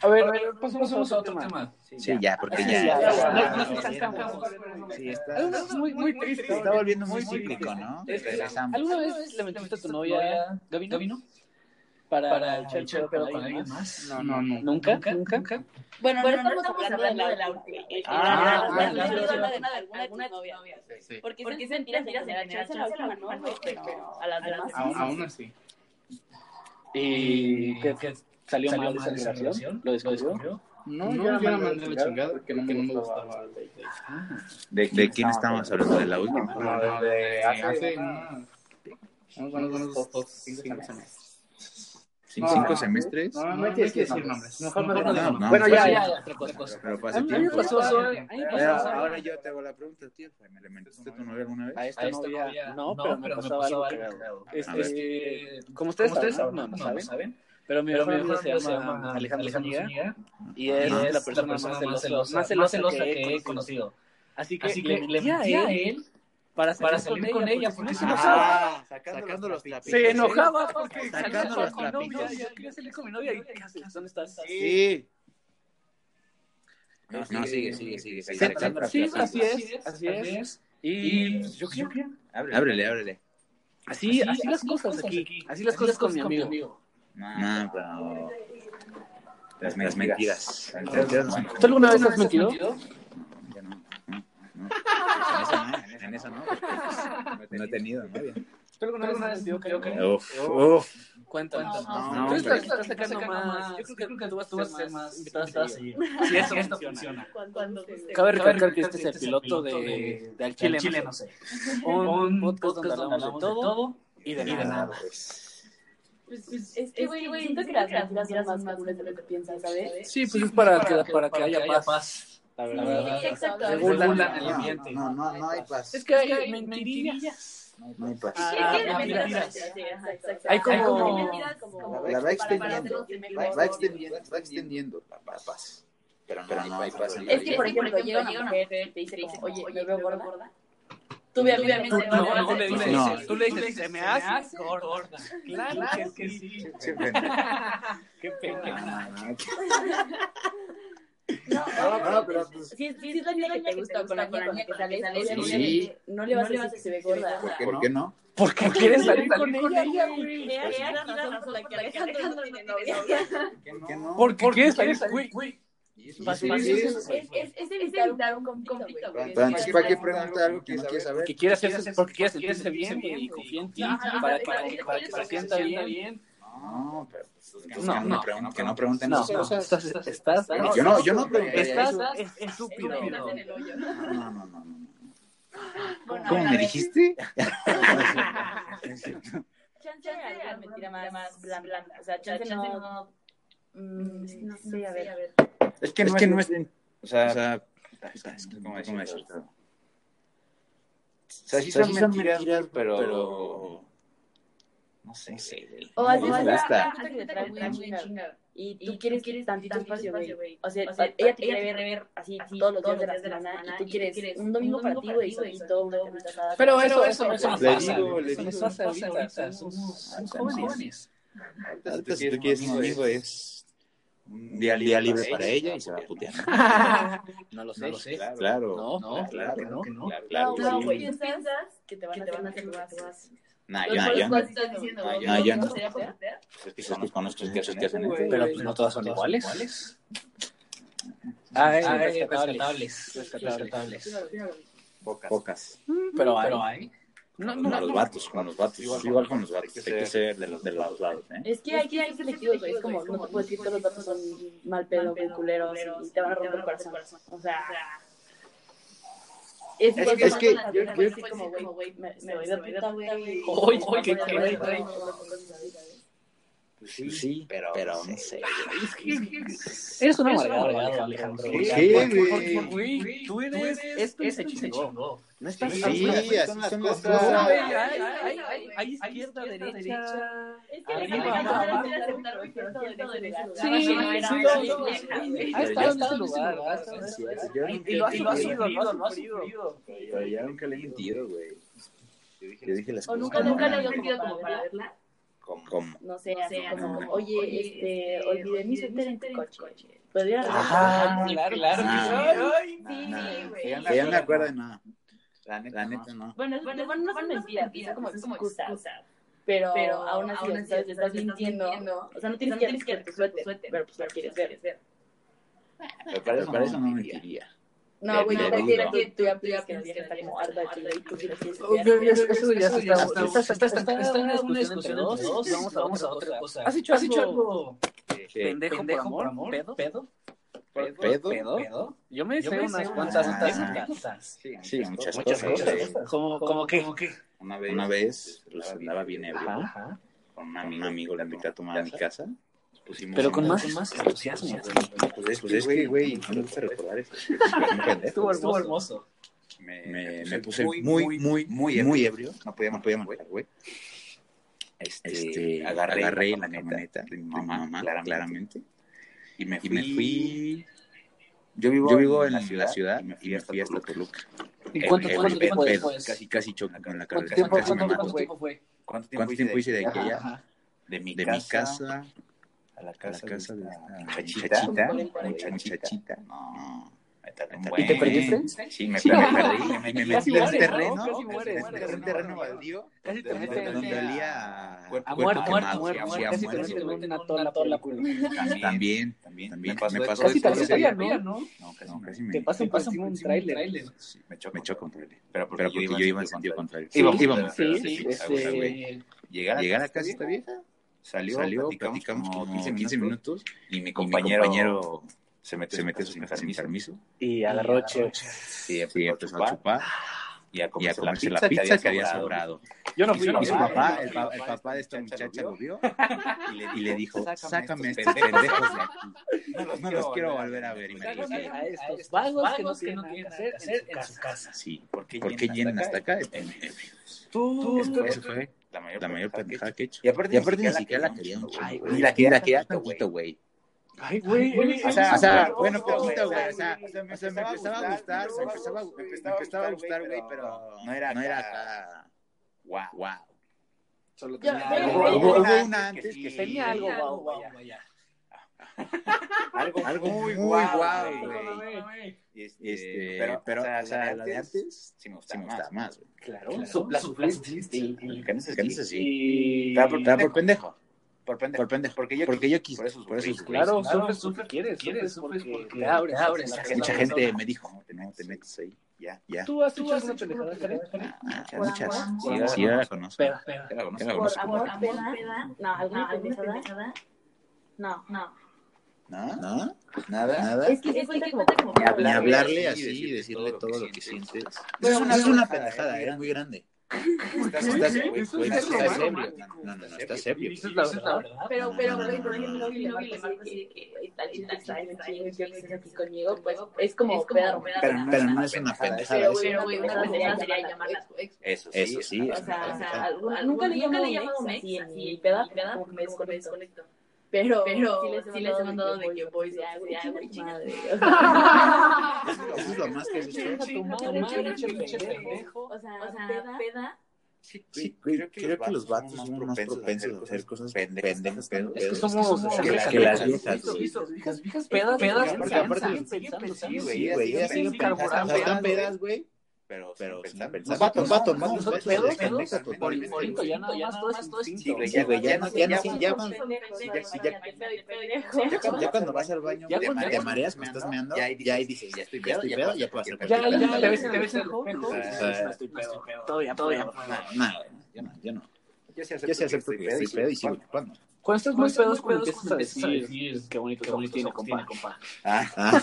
[SPEAKER 2] A ver, a ver, pasemos a otro tema.
[SPEAKER 3] Sí, ya, porque
[SPEAKER 2] Sí,
[SPEAKER 3] ya.
[SPEAKER 2] ya,
[SPEAKER 3] ya,
[SPEAKER 2] ya,
[SPEAKER 3] ya,
[SPEAKER 2] no,
[SPEAKER 3] ya,
[SPEAKER 2] no,
[SPEAKER 3] ya,
[SPEAKER 2] no,
[SPEAKER 3] ya,
[SPEAKER 2] no,
[SPEAKER 3] ya, Sí, está,
[SPEAKER 2] Algo es muy, muy
[SPEAKER 3] se
[SPEAKER 2] triste.
[SPEAKER 3] está volviendo muy
[SPEAKER 2] Muy
[SPEAKER 3] cíclico, ¿no?
[SPEAKER 2] Es que-
[SPEAKER 3] Regresamos.
[SPEAKER 2] ¿Alguna vez le mentiste a tu novia, Gabino? Para, para echar pedo con alguien más.
[SPEAKER 4] No, no, no.
[SPEAKER 2] ¿Nunca? ¿Nunca? ¿Nunca?
[SPEAKER 5] Bueno,
[SPEAKER 6] Bueno,
[SPEAKER 5] no, no estamos hablando de la última. Ah,
[SPEAKER 4] ah,
[SPEAKER 5] ah,
[SPEAKER 4] claro,
[SPEAKER 5] hablando
[SPEAKER 6] claro.
[SPEAKER 5] de alguna de tus novias.
[SPEAKER 4] Sí.
[SPEAKER 5] Porque si es mentiras, mentiras, en general, chance a la última, ¿no? güey, Pero a las demás.
[SPEAKER 4] Aún, aún así.
[SPEAKER 2] ¿Y qué, qué salió,
[SPEAKER 6] ¿Salió
[SPEAKER 2] mal
[SPEAKER 6] mal
[SPEAKER 2] esa
[SPEAKER 6] esa
[SPEAKER 2] relación? ¿Lo descubrió?
[SPEAKER 4] No,
[SPEAKER 2] No,
[SPEAKER 4] yo
[SPEAKER 2] yo
[SPEAKER 4] la
[SPEAKER 2] la
[SPEAKER 4] mandé a la chingada porque no, no me gustaba.
[SPEAKER 3] ¿De, de quién estábamos hablando? ¿De la última?
[SPEAKER 4] No, no, de hace unos unos buenos dos, dos, cinco semanas.
[SPEAKER 3] ¿Cin- ¿Cinco semestres?
[SPEAKER 4] No, no hay que decir nombres. Mejor no.
[SPEAKER 3] No, no, Ah,
[SPEAKER 2] Bueno,
[SPEAKER 3] pues
[SPEAKER 2] ya, Ah,
[SPEAKER 3] sí.
[SPEAKER 2] ya, ya, otra cosa. otra cosa.
[SPEAKER 3] Pero
[SPEAKER 2] A mí
[SPEAKER 3] pasa
[SPEAKER 2] a mí me
[SPEAKER 3] tiempo.
[SPEAKER 2] pasó eso, eh. A mí me pasó
[SPEAKER 3] Pero
[SPEAKER 2] eso.
[SPEAKER 3] ahora yo te hago la pregunta, tío. ¿Me le mentiste a tu novia alguna
[SPEAKER 2] A
[SPEAKER 3] vez?
[SPEAKER 2] esta novia, no, pero me pasaba algo cagado.
[SPEAKER 3] A
[SPEAKER 2] Este, como ustedes saben, no, no saben, pero mi
[SPEAKER 6] Pero mi
[SPEAKER 2] mejor amigo
[SPEAKER 6] mejor
[SPEAKER 2] se
[SPEAKER 6] amigo se
[SPEAKER 2] llama
[SPEAKER 6] llama
[SPEAKER 2] Alejandro
[SPEAKER 6] Alejandro
[SPEAKER 2] Zúñiga
[SPEAKER 6] Zúñiga
[SPEAKER 2] y es
[SPEAKER 3] Ajá.
[SPEAKER 2] la persona más celosa, más
[SPEAKER 6] más
[SPEAKER 2] celosa
[SPEAKER 6] celosa
[SPEAKER 2] que he conocido.
[SPEAKER 6] conocido.
[SPEAKER 2] Así que
[SPEAKER 6] Así que
[SPEAKER 2] le
[SPEAKER 6] le
[SPEAKER 2] mentí a
[SPEAKER 6] metí a
[SPEAKER 2] él
[SPEAKER 6] él
[SPEAKER 2] para salir,
[SPEAKER 6] para salir con ella porque
[SPEAKER 2] no se
[SPEAKER 6] no
[SPEAKER 2] enojaba.
[SPEAKER 3] Ah, sacando, los trapitos.
[SPEAKER 2] Se enojaba porque
[SPEAKER 3] Sacando
[SPEAKER 2] salía
[SPEAKER 3] los
[SPEAKER 2] con mi novia.
[SPEAKER 3] trapitos.
[SPEAKER 2] Yo quería salir con mi novia y ¿qué haces? ¿Dónde estás?
[SPEAKER 3] Sí. No, no, sigue, sigue, sigue. sigue, sacando los
[SPEAKER 2] Sí,
[SPEAKER 3] trapitos.
[SPEAKER 2] así es, así es. Y pues, yo creo que
[SPEAKER 3] Ábrele, ábrele. ábrele.
[SPEAKER 2] así, así las cosas aquí, así las cosas con mi amigo.
[SPEAKER 3] No, pero... Las, las mentiras. Las mentiras no.
[SPEAKER 2] ¿Tú alguna vez has mentido?
[SPEAKER 3] Ya no. no, no. En esa no, en esa no. porque, pues, No he tenido novia.
[SPEAKER 2] ¿Tú alguna vez has mentido? Creo que
[SPEAKER 3] Uf, uf.
[SPEAKER 2] Cuéntanos.
[SPEAKER 5] No,
[SPEAKER 3] no,
[SPEAKER 2] tú
[SPEAKER 3] hombre.
[SPEAKER 2] estás, estás sacando más. Yo creo que tú vas a ser más invitada a seguir. Si eso funciona.
[SPEAKER 5] Cuando guste.
[SPEAKER 2] Cabe recalcar que este es el piloto de, de Al Chile, no sé. Un podcast donde hablamos de todo y de nada.
[SPEAKER 5] Pues, pues, es que, güey, güey, siento que las mentiras son más maduras de lo que piensas, ¿sabes?
[SPEAKER 2] Sí, pues es para que, para que haya paz. La verdad.
[SPEAKER 5] Sí, exacto.
[SPEAKER 2] Regulan el
[SPEAKER 3] No,
[SPEAKER 2] ambiente.
[SPEAKER 3] No, no, no hay paz.
[SPEAKER 2] Es que hay mentirillas.
[SPEAKER 3] No hay paz.
[SPEAKER 5] Sí,
[SPEAKER 2] Ah,
[SPEAKER 5] sí, de repente
[SPEAKER 2] mentiras.
[SPEAKER 5] las- sí, exacto, exacto.
[SPEAKER 2] Hay como-
[SPEAKER 5] Hay como mentiras como...
[SPEAKER 3] La va
[SPEAKER 5] para
[SPEAKER 3] extendiendo.
[SPEAKER 5] hacernos sentir
[SPEAKER 3] Va,
[SPEAKER 5] mejor.
[SPEAKER 3] va extendiendo, va extendiendo la pa- paz. Pero no, hay paz en la
[SPEAKER 5] Es que, por
[SPEAKER 3] vida.
[SPEAKER 5] ejemplo, llega una mujer y te dice, como, oye, ¿me veo gorda? Tuve a mí, a mí,
[SPEAKER 2] Tú, no, tú le
[SPEAKER 3] dices-
[SPEAKER 2] dices,
[SPEAKER 3] No.
[SPEAKER 2] tú le dices, se me hace gorda. Claro que sí.
[SPEAKER 3] Sí, bueno,
[SPEAKER 2] Qué
[SPEAKER 3] no,
[SPEAKER 2] pena.
[SPEAKER 3] no, no.
[SPEAKER 5] No,
[SPEAKER 3] No, pero pues,
[SPEAKER 5] Si es, si es la niña que te gusta o con la niña con la que sales,
[SPEAKER 3] Sí.
[SPEAKER 5] obviamente no le vas a decir que se ve gorda.
[SPEAKER 3] ¿por qué no? ¿Por qué no?
[SPEAKER 2] ¿Por qué quieres salir con ella,
[SPEAKER 5] Ve,
[SPEAKER 2] güey?
[SPEAKER 5] ve aquí la razón por la que Alejandro no tiene novia.
[SPEAKER 3] ¿Por qué no?
[SPEAKER 2] ¿Por qué quieres salir, güey?
[SPEAKER 3] Y eso-
[SPEAKER 2] Vas-
[SPEAKER 3] y
[SPEAKER 2] vas-
[SPEAKER 3] eso- y eso-
[SPEAKER 5] Es, es, es evitar un conflicto, güey.
[SPEAKER 3] Entonces, ¿para qué pregunta algo que no quieres saber?
[SPEAKER 2] que quiere hacerse, porque quiere sentirse bien, güey, y confía en ti,
[SPEAKER 5] Ajá,
[SPEAKER 2] para,
[SPEAKER 5] ajá,
[SPEAKER 2] para
[SPEAKER 5] ajá,
[SPEAKER 2] que,
[SPEAKER 5] ajá,
[SPEAKER 2] para que
[SPEAKER 5] ajá,
[SPEAKER 2] se sienta
[SPEAKER 5] ajá,
[SPEAKER 2] bien.
[SPEAKER 3] No, pero pues, que
[SPEAKER 2] No,
[SPEAKER 3] no,
[SPEAKER 2] no.
[SPEAKER 3] pregunten- que no pregunten
[SPEAKER 2] No,
[SPEAKER 3] eso.
[SPEAKER 2] no, estás, estás,
[SPEAKER 3] No, yo no, yo no preguntaría
[SPEAKER 2] estás
[SPEAKER 3] eso.
[SPEAKER 2] estúpido.
[SPEAKER 5] Estás en el hoyo.
[SPEAKER 3] No, no, no, no, no.
[SPEAKER 5] Bueno,
[SPEAKER 3] ¿Cómo
[SPEAKER 5] a
[SPEAKER 3] me
[SPEAKER 5] ver,
[SPEAKER 3] dijiste?
[SPEAKER 5] Chance alguna mentira más, más blanda. O sea, chance no... Mm, es que no sé, a ver.
[SPEAKER 3] Es que no es, o sea, o sea, es que ¿cómo decirlo? O sea, sí son mentiras, pero, Pues, no sé.
[SPEAKER 5] O
[SPEAKER 3] No
[SPEAKER 5] así
[SPEAKER 3] me
[SPEAKER 5] está,
[SPEAKER 3] gusta.
[SPEAKER 5] alguien que te trae muy chingado. Y tú quieres, quieres tantito espacio, güey. O sea, ella te quiere ver así todos los días de la semana y tú quieres un domingo para ti, güey, solito, una carnita asada.
[SPEAKER 2] Pero eso, eso, eso no
[SPEAKER 3] Le
[SPEAKER 2] pasa.
[SPEAKER 3] digo, le
[SPEAKER 2] Eso no
[SPEAKER 3] digo.
[SPEAKER 2] pasa ahorita, somos somos jóvenes.
[SPEAKER 3] Ahorita si tú quieres un amigo es un día libre, para ella y se va a putear.
[SPEAKER 2] No lo
[SPEAKER 3] No lo sé. Claro.
[SPEAKER 2] No, no,
[SPEAKER 3] claro,
[SPEAKER 2] claro que no.
[SPEAKER 3] que no. Claro, que
[SPEAKER 5] No,
[SPEAKER 3] sí.
[SPEAKER 5] güey, tú piensas que te van a hacer lugar, te vas.
[SPEAKER 2] Ah,
[SPEAKER 3] Nah, yo,
[SPEAKER 5] Los
[SPEAKER 3] yo,
[SPEAKER 5] cuales estás diciendo,
[SPEAKER 3] No,
[SPEAKER 5] güey,
[SPEAKER 3] yo- yo
[SPEAKER 5] ¿no
[SPEAKER 3] no.
[SPEAKER 5] sería por usted?
[SPEAKER 3] es que conozco conozco casos que hacen eso.
[SPEAKER 2] Pero pues no todas son iguales. Ay, rescatables. Rescatables.
[SPEAKER 3] Pocas. Pocas.
[SPEAKER 2] Pero hay. Pero hay. No,
[SPEAKER 3] Con los vatos, con los vatos. Igual con los vatos. Hay que ser de los, de los lados, ¿eh?
[SPEAKER 5] Es que hay que ser selectivos, güey. Es como, no te puedo decir todos los datos son mal pedo, güey, culeros, y te van a romper el corazón. O sea... Es,
[SPEAKER 3] Es que- es que-
[SPEAKER 5] yo, como, güey, me, me voy de puta, güey.
[SPEAKER 2] Uy, uy, qué- qué-
[SPEAKER 5] Me voy de
[SPEAKER 2] qué-
[SPEAKER 5] puta, güey.
[SPEAKER 3] Pues sí, sí, pero, pero no sé.
[SPEAKER 2] Eres un amargado, Alejandro.
[SPEAKER 3] Sí,
[SPEAKER 2] Porque-
[SPEAKER 3] güey.
[SPEAKER 2] porque, güey, Tú eres esto y se chingó. No estás
[SPEAKER 3] Sí,
[SPEAKER 2] tan-
[SPEAKER 3] así son las
[SPEAKER 2] No,
[SPEAKER 3] cosas.
[SPEAKER 2] güey, hay- hay- hay- hay izquierda, derecha.
[SPEAKER 5] Es que
[SPEAKER 2] Arriba,
[SPEAKER 5] me encanta
[SPEAKER 2] abajo.
[SPEAKER 5] hacer aceptar mi cierto derecho de la
[SPEAKER 2] Sí,
[SPEAKER 5] la
[SPEAKER 2] sí,
[SPEAKER 5] manera
[SPEAKER 2] sí,
[SPEAKER 5] más
[SPEAKER 2] sí,
[SPEAKER 5] pendeja, güey.
[SPEAKER 2] Ha
[SPEAKER 3] Pero
[SPEAKER 2] estado
[SPEAKER 3] ya
[SPEAKER 2] en ese lugar.
[SPEAKER 3] está en ese
[SPEAKER 2] ha
[SPEAKER 3] lugar,
[SPEAKER 2] estado en ese
[SPEAKER 3] así es.
[SPEAKER 2] lugar.
[SPEAKER 3] Yo
[SPEAKER 2] Y lo ha
[SPEAKER 3] nunca he
[SPEAKER 2] sufrido,
[SPEAKER 3] entendido,
[SPEAKER 2] lo ha sufrido.
[SPEAKER 3] Pero ya nunca le he mentido, güey. Yo dije las
[SPEAKER 5] O
[SPEAKER 3] cosas.
[SPEAKER 5] nunca,
[SPEAKER 3] como
[SPEAKER 5] nunca le
[SPEAKER 3] eran.
[SPEAKER 5] había sentido como para verla.
[SPEAKER 3] Como- como-
[SPEAKER 5] No sé, así
[SPEAKER 3] Ajá.
[SPEAKER 5] como, oye, este, olvidé mi suéter en tu coche. Pues, ¿Podría regresar?
[SPEAKER 2] Ah, claro, claro.
[SPEAKER 3] Ah.
[SPEAKER 2] Ay,
[SPEAKER 5] Sí,
[SPEAKER 3] nada.
[SPEAKER 5] sí, güey.
[SPEAKER 3] Que ya me acuerdo de nada. La neta, no.
[SPEAKER 5] Bueno, es- bueno, bueno, no son mentiras, son como excusas. Pero,
[SPEAKER 6] Pero,
[SPEAKER 5] aún así, o sea, te estás mintiendo. O sea, no tienes que arriesgar tu suéter, pero pues lo quieres ver.
[SPEAKER 3] Pero para eso, para eso no mentiría.
[SPEAKER 5] No, güey,
[SPEAKER 3] Te
[SPEAKER 5] yo te
[SPEAKER 3] digo.
[SPEAKER 5] quiero que tú ya pidas que la vieja está como harta de ti, güey, tú sí la quieres
[SPEAKER 2] Ok,
[SPEAKER 5] ver.
[SPEAKER 2] eso- eso ya está. Está está-
[SPEAKER 4] Eso ya está-
[SPEAKER 2] está-
[SPEAKER 4] está-
[SPEAKER 2] está-
[SPEAKER 4] está
[SPEAKER 2] está una
[SPEAKER 4] una
[SPEAKER 2] discusión
[SPEAKER 4] discusión
[SPEAKER 2] entre
[SPEAKER 4] entre
[SPEAKER 2] dos.
[SPEAKER 4] dos,
[SPEAKER 2] Vamos a vamos a otra cosa. ¿Has hecho
[SPEAKER 4] ¿Has hecho
[SPEAKER 2] algo pendejo por
[SPEAKER 4] pendejo
[SPEAKER 2] amor?
[SPEAKER 4] por
[SPEAKER 2] ¿Pedo?
[SPEAKER 4] amor?
[SPEAKER 2] ¿Pedo?
[SPEAKER 3] ¿Pedo?
[SPEAKER 2] ¿Pedo? Yo me
[SPEAKER 4] Yo me
[SPEAKER 2] sé
[SPEAKER 4] sé
[SPEAKER 2] unas
[SPEAKER 4] unas
[SPEAKER 2] cuantas
[SPEAKER 3] cuantas
[SPEAKER 2] anécdotas.
[SPEAKER 3] Sí, muchas
[SPEAKER 2] Muchas
[SPEAKER 3] cosas.
[SPEAKER 2] cosas.
[SPEAKER 3] sí.
[SPEAKER 2] ¿Cómo cómo qué?
[SPEAKER 3] Una vez, una vez pues, andaba bien ebrio.
[SPEAKER 2] Ajá.
[SPEAKER 3] Con un, un amigo le invité a tomar a mi casa. Pusimos
[SPEAKER 2] Pero con
[SPEAKER 3] una-
[SPEAKER 2] más, con más entusiasmo. güey.
[SPEAKER 3] Pues es, pues es que, güey, no me gusta recordar eso.
[SPEAKER 2] Estuvo hermoso.
[SPEAKER 3] me, me, me puse muy, muy, muy, muy, muy ebrio. No podía, no podía manejar, güey. Este, agarré, agarré la camioneta de mi mamá, claramente, Y me fui. yo, vivo en, la ciudad, y me fui hasta, Toluca.
[SPEAKER 2] ¿Y cuánto
[SPEAKER 3] Ebrio,
[SPEAKER 2] cuánto
[SPEAKER 3] ebrio,
[SPEAKER 2] tiempo
[SPEAKER 3] pedo,
[SPEAKER 2] después?
[SPEAKER 3] Casi, casi choco con
[SPEAKER 2] ¿Cuánto
[SPEAKER 3] la cabeza.
[SPEAKER 2] tiempo
[SPEAKER 3] casi me
[SPEAKER 2] cuánto-
[SPEAKER 3] mato.
[SPEAKER 2] cuánto tiempo fue?
[SPEAKER 3] ¿Cuánto, tiempo hice de aquella?
[SPEAKER 2] Ajá.
[SPEAKER 3] De mi casa
[SPEAKER 7] a la
[SPEAKER 3] a la
[SPEAKER 7] casa,
[SPEAKER 3] casa de
[SPEAKER 7] de
[SPEAKER 3] esta
[SPEAKER 7] Chachita.
[SPEAKER 3] muchachita,
[SPEAKER 7] Muchachita.
[SPEAKER 3] muchachita, no, me tardé un
[SPEAKER 7] ¿Y te
[SPEAKER 3] buen.
[SPEAKER 2] perdiste?
[SPEAKER 3] Sí, me, me perdí, me, me metí
[SPEAKER 2] Casi
[SPEAKER 3] en un
[SPEAKER 2] mueres, ¿no?
[SPEAKER 3] terreno,
[SPEAKER 2] Casi
[SPEAKER 3] me
[SPEAKER 2] mueres,
[SPEAKER 3] metí en
[SPEAKER 2] mueres,
[SPEAKER 3] un
[SPEAKER 2] ¿no?
[SPEAKER 3] terreno baldío,
[SPEAKER 2] Casi te
[SPEAKER 3] donde,
[SPEAKER 2] meten a-
[SPEAKER 3] donde olía a
[SPEAKER 2] A
[SPEAKER 3] cuerpo
[SPEAKER 2] muerto, muerto,
[SPEAKER 3] quemado, sí,
[SPEAKER 2] muerto,
[SPEAKER 3] a
[SPEAKER 2] muerto. Casi te
[SPEAKER 3] muerto, güey.
[SPEAKER 2] meten a toda la tola. culo.
[SPEAKER 3] También, también, me
[SPEAKER 7] También,
[SPEAKER 3] pasó, me pasó
[SPEAKER 2] Casi te
[SPEAKER 3] después,
[SPEAKER 2] atropellan,
[SPEAKER 3] sí.
[SPEAKER 2] ¿no?
[SPEAKER 3] No, casi, no, casi me,
[SPEAKER 2] Te pasan por encima un tráiler.
[SPEAKER 7] Sí, me chocó.
[SPEAKER 3] me chocó un trailer,
[SPEAKER 7] Pero
[SPEAKER 3] pero porque yo iba en sentido contrario.
[SPEAKER 2] Sí,
[SPEAKER 3] Íbamos,
[SPEAKER 2] sí, sí,
[SPEAKER 3] íbamos, pero
[SPEAKER 2] sí,
[SPEAKER 3] a gusto,
[SPEAKER 2] sí.
[SPEAKER 3] güey.
[SPEAKER 7] Llegar
[SPEAKER 3] Llegar
[SPEAKER 7] a, llegar
[SPEAKER 3] a casa esta vieja,
[SPEAKER 7] salió,
[SPEAKER 3] salió,
[SPEAKER 7] platicamos,
[SPEAKER 3] platicamos
[SPEAKER 7] como 15 minutos,
[SPEAKER 3] minutos
[SPEAKER 7] y mi
[SPEAKER 3] y mi
[SPEAKER 7] compañero,
[SPEAKER 3] compañero
[SPEAKER 7] se metió,
[SPEAKER 3] se metió
[SPEAKER 7] metió
[SPEAKER 3] sin sin permiso
[SPEAKER 2] Y agarró che.
[SPEAKER 7] y
[SPEAKER 3] y
[SPEAKER 7] empezó a chupar
[SPEAKER 3] chupar.
[SPEAKER 7] y a
[SPEAKER 3] y a
[SPEAKER 7] comerse,
[SPEAKER 3] comerse la pizza que había sobrado.
[SPEAKER 2] Yo no
[SPEAKER 3] Y
[SPEAKER 2] fui.
[SPEAKER 3] su,
[SPEAKER 2] yo no
[SPEAKER 3] y su
[SPEAKER 2] fui.
[SPEAKER 3] papá,
[SPEAKER 7] no,
[SPEAKER 3] el,
[SPEAKER 7] no,
[SPEAKER 3] pa- el
[SPEAKER 7] no,
[SPEAKER 3] papá
[SPEAKER 7] no,
[SPEAKER 3] de esta
[SPEAKER 7] no,
[SPEAKER 3] muchacha
[SPEAKER 7] no,
[SPEAKER 3] lo vio
[SPEAKER 7] y
[SPEAKER 3] y le dijo, sácame
[SPEAKER 7] sácame
[SPEAKER 3] estos
[SPEAKER 7] estos
[SPEAKER 3] pendejos de aquí. No los quiero volver a ver. Y me dijo,
[SPEAKER 2] Sácame a estos vagos que no tienen nada que hacer hacer en su casa.
[SPEAKER 3] sí, ¿por qué, ¿por qué llenan hasta acá? Eso
[SPEAKER 2] Tú,
[SPEAKER 3] fue
[SPEAKER 7] la mayor,
[SPEAKER 3] la mayor pendejada que he hecho.
[SPEAKER 7] Y aparte,
[SPEAKER 3] Y aparte
[SPEAKER 7] ni
[SPEAKER 3] ni siquiera la
[SPEAKER 7] quería
[SPEAKER 3] querían.
[SPEAKER 7] un chingo,
[SPEAKER 3] Ni
[SPEAKER 7] güey.
[SPEAKER 3] la quería tantito, güey.
[SPEAKER 2] Ay, güey.
[SPEAKER 3] O sea, o sea,
[SPEAKER 7] no,
[SPEAKER 3] bueno,
[SPEAKER 7] no,
[SPEAKER 3] poquito,
[SPEAKER 7] no,
[SPEAKER 3] güey. O
[SPEAKER 7] no,
[SPEAKER 3] sea,
[SPEAKER 7] no,
[SPEAKER 3] o sea, me empezaba a gustar, me empezaba a gu- me empezaba a gustar, güey, pero no era acá. Guau, guau.
[SPEAKER 4] Solo
[SPEAKER 5] Ya,
[SPEAKER 4] tenía
[SPEAKER 5] ya,
[SPEAKER 4] algo.
[SPEAKER 5] ya,
[SPEAKER 3] Hubo
[SPEAKER 5] ya.
[SPEAKER 3] hubo una antes que sí.
[SPEAKER 2] Tenía algo guau, guau, vaya.
[SPEAKER 3] Algo, muy,
[SPEAKER 7] guau,
[SPEAKER 3] guau,
[SPEAKER 7] güey.
[SPEAKER 3] güey.
[SPEAKER 7] Este,
[SPEAKER 3] Este, pero, o sea, la de antes sí me gustaba más, güey.
[SPEAKER 2] Claro. Su- La sufriste.
[SPEAKER 3] Que no sé, no sé si-
[SPEAKER 2] Y...
[SPEAKER 3] Estaba por, estaba por pendejo.
[SPEAKER 7] por pendejo.
[SPEAKER 3] Por pendejo.
[SPEAKER 7] Porque yo,
[SPEAKER 3] Porque yo quise.
[SPEAKER 7] por eso
[SPEAKER 3] Por eso
[SPEAKER 7] sufrí,
[SPEAKER 3] sufrí.
[SPEAKER 2] Claro,
[SPEAKER 7] Claro,
[SPEAKER 2] sufres, sufres, quieres, quieres, sufres porque
[SPEAKER 7] porque
[SPEAKER 2] abres, abres.
[SPEAKER 7] mucha
[SPEAKER 2] abres
[SPEAKER 3] Mucha
[SPEAKER 2] la
[SPEAKER 3] gente
[SPEAKER 2] persona.
[SPEAKER 3] me dijo, no te, no te metas ahí. Ya, ya.
[SPEAKER 2] Tú has hecho una pendejada, Karen?
[SPEAKER 3] Ah, muchas,
[SPEAKER 5] Por
[SPEAKER 3] muchas.
[SPEAKER 5] amor.
[SPEAKER 3] Sí, yo- sí, yo la conozco.
[SPEAKER 2] Espera, espera.
[SPEAKER 3] Yo la conozco. Yo la
[SPEAKER 5] Por
[SPEAKER 3] conozco.
[SPEAKER 5] amor, peda, no, alguna pendejada, no, no.
[SPEAKER 3] ¿No? ¿No? Nada. Nada.
[SPEAKER 5] Es que sí cuenta como, como
[SPEAKER 3] Ni hablarle,
[SPEAKER 5] hablar.
[SPEAKER 3] así y decirle todo lo que sientes. pues,
[SPEAKER 5] Bueno,
[SPEAKER 3] Eso
[SPEAKER 5] una-
[SPEAKER 3] es una pendejada, era muy grande. Estás, estás, güey,
[SPEAKER 2] Eso
[SPEAKER 3] güey,
[SPEAKER 2] es
[SPEAKER 3] estás
[SPEAKER 2] romántico.
[SPEAKER 3] ebrio. No, no, no, estás
[SPEAKER 2] Y
[SPEAKER 3] ebrio.
[SPEAKER 2] dices la verdad.
[SPEAKER 5] Pero, pero, güey, por ejemplo, mi novio le marco así de que "Ay, tal chica está en chingo, quiero que estés aquí conmigo, pues es como
[SPEAKER 3] Pero,
[SPEAKER 5] peda, peda, peda,
[SPEAKER 3] pero
[SPEAKER 5] peda.
[SPEAKER 3] no es una pendejada.
[SPEAKER 5] Pero,
[SPEAKER 3] eso.
[SPEAKER 5] güey, una pendejada sería llamarla su ex.
[SPEAKER 7] Eso sí.
[SPEAKER 3] Eso sí,
[SPEAKER 5] O
[SPEAKER 3] es una
[SPEAKER 5] sea, o sea,
[SPEAKER 3] pendejada.
[SPEAKER 5] alguna- nunca le he llamado un ex así en peda, peda, como que me desconecto. Pero, pero sí les, sí les he mandado de que voy, ya, güey, ya, güey, madre. O sea,
[SPEAKER 3] Eso es lo más que he visto.
[SPEAKER 2] Chinga tu madre,
[SPEAKER 5] Chinga tu
[SPEAKER 2] pinche
[SPEAKER 5] madre,
[SPEAKER 2] pendejo.
[SPEAKER 5] o sea, o sea, peda, peda.
[SPEAKER 3] Sí, güey, creo, que, los vatos son más propensos a hacer cosas
[SPEAKER 2] Es
[SPEAKER 3] pendejas, pedos,
[SPEAKER 2] que
[SPEAKER 3] pedos.
[SPEAKER 2] somos
[SPEAKER 3] que las-
[SPEAKER 2] las
[SPEAKER 3] que las viejas, güey.
[SPEAKER 2] viejas, viejas pedas, pedas,
[SPEAKER 3] Porque
[SPEAKER 2] pedas,
[SPEAKER 3] aparte-
[SPEAKER 2] siguen pensando,
[SPEAKER 3] Sí,
[SPEAKER 2] siguen
[SPEAKER 3] güey,
[SPEAKER 2] pensando,
[SPEAKER 3] güey,
[SPEAKER 2] siguen
[SPEAKER 3] ellas siguen pensando, o sea,
[SPEAKER 2] carburando, pedas.
[SPEAKER 3] están pedas, güey,
[SPEAKER 7] Pero,
[SPEAKER 3] pero sin
[SPEAKER 7] pensar,
[SPEAKER 3] pensar.
[SPEAKER 2] Vato,
[SPEAKER 3] Vatos, vatos,
[SPEAKER 2] no,
[SPEAKER 3] más
[SPEAKER 2] nosotros
[SPEAKER 3] pedos,
[SPEAKER 2] pedos,
[SPEAKER 3] pendejas,
[SPEAKER 2] pedos,
[SPEAKER 3] güey.
[SPEAKER 2] por instinto, ya nada más, todo es todo es
[SPEAKER 3] Sí,
[SPEAKER 2] instinto.
[SPEAKER 3] güey, ya, güey, ya no, ya no,
[SPEAKER 5] Sí,
[SPEAKER 3] ya
[SPEAKER 5] sí,
[SPEAKER 3] cuando,
[SPEAKER 5] pendejos,
[SPEAKER 3] sí,
[SPEAKER 5] ya,
[SPEAKER 3] sí,
[SPEAKER 5] ya, soy pendejo.
[SPEAKER 3] ya cuando- ya cuando vas al baño,
[SPEAKER 2] Ya
[SPEAKER 3] te,
[SPEAKER 2] cuando-
[SPEAKER 3] ma-
[SPEAKER 2] ya
[SPEAKER 3] te
[SPEAKER 2] cuando-
[SPEAKER 3] mareas, me estás meando,
[SPEAKER 7] ya ahí
[SPEAKER 3] ya ahí dices, ya estoy pedo, ya puedo, ya puedo hacer
[SPEAKER 2] Ya,
[SPEAKER 3] cualquier
[SPEAKER 2] ya,
[SPEAKER 3] pendejada.
[SPEAKER 2] te ves, te ves en el espejo,
[SPEAKER 3] O sea,
[SPEAKER 2] dices, no estoy pedo, todo ya, todo ya.
[SPEAKER 3] No, no, güey, yo no, yo no.
[SPEAKER 7] Yo sí
[SPEAKER 3] Yo sí acepto que estoy pedo y sigo chupando.
[SPEAKER 2] Cuando estás muy pedos, cuando empiezas a decir, qué bonito, qué bonito tiene, compa.
[SPEAKER 3] Ah, ah.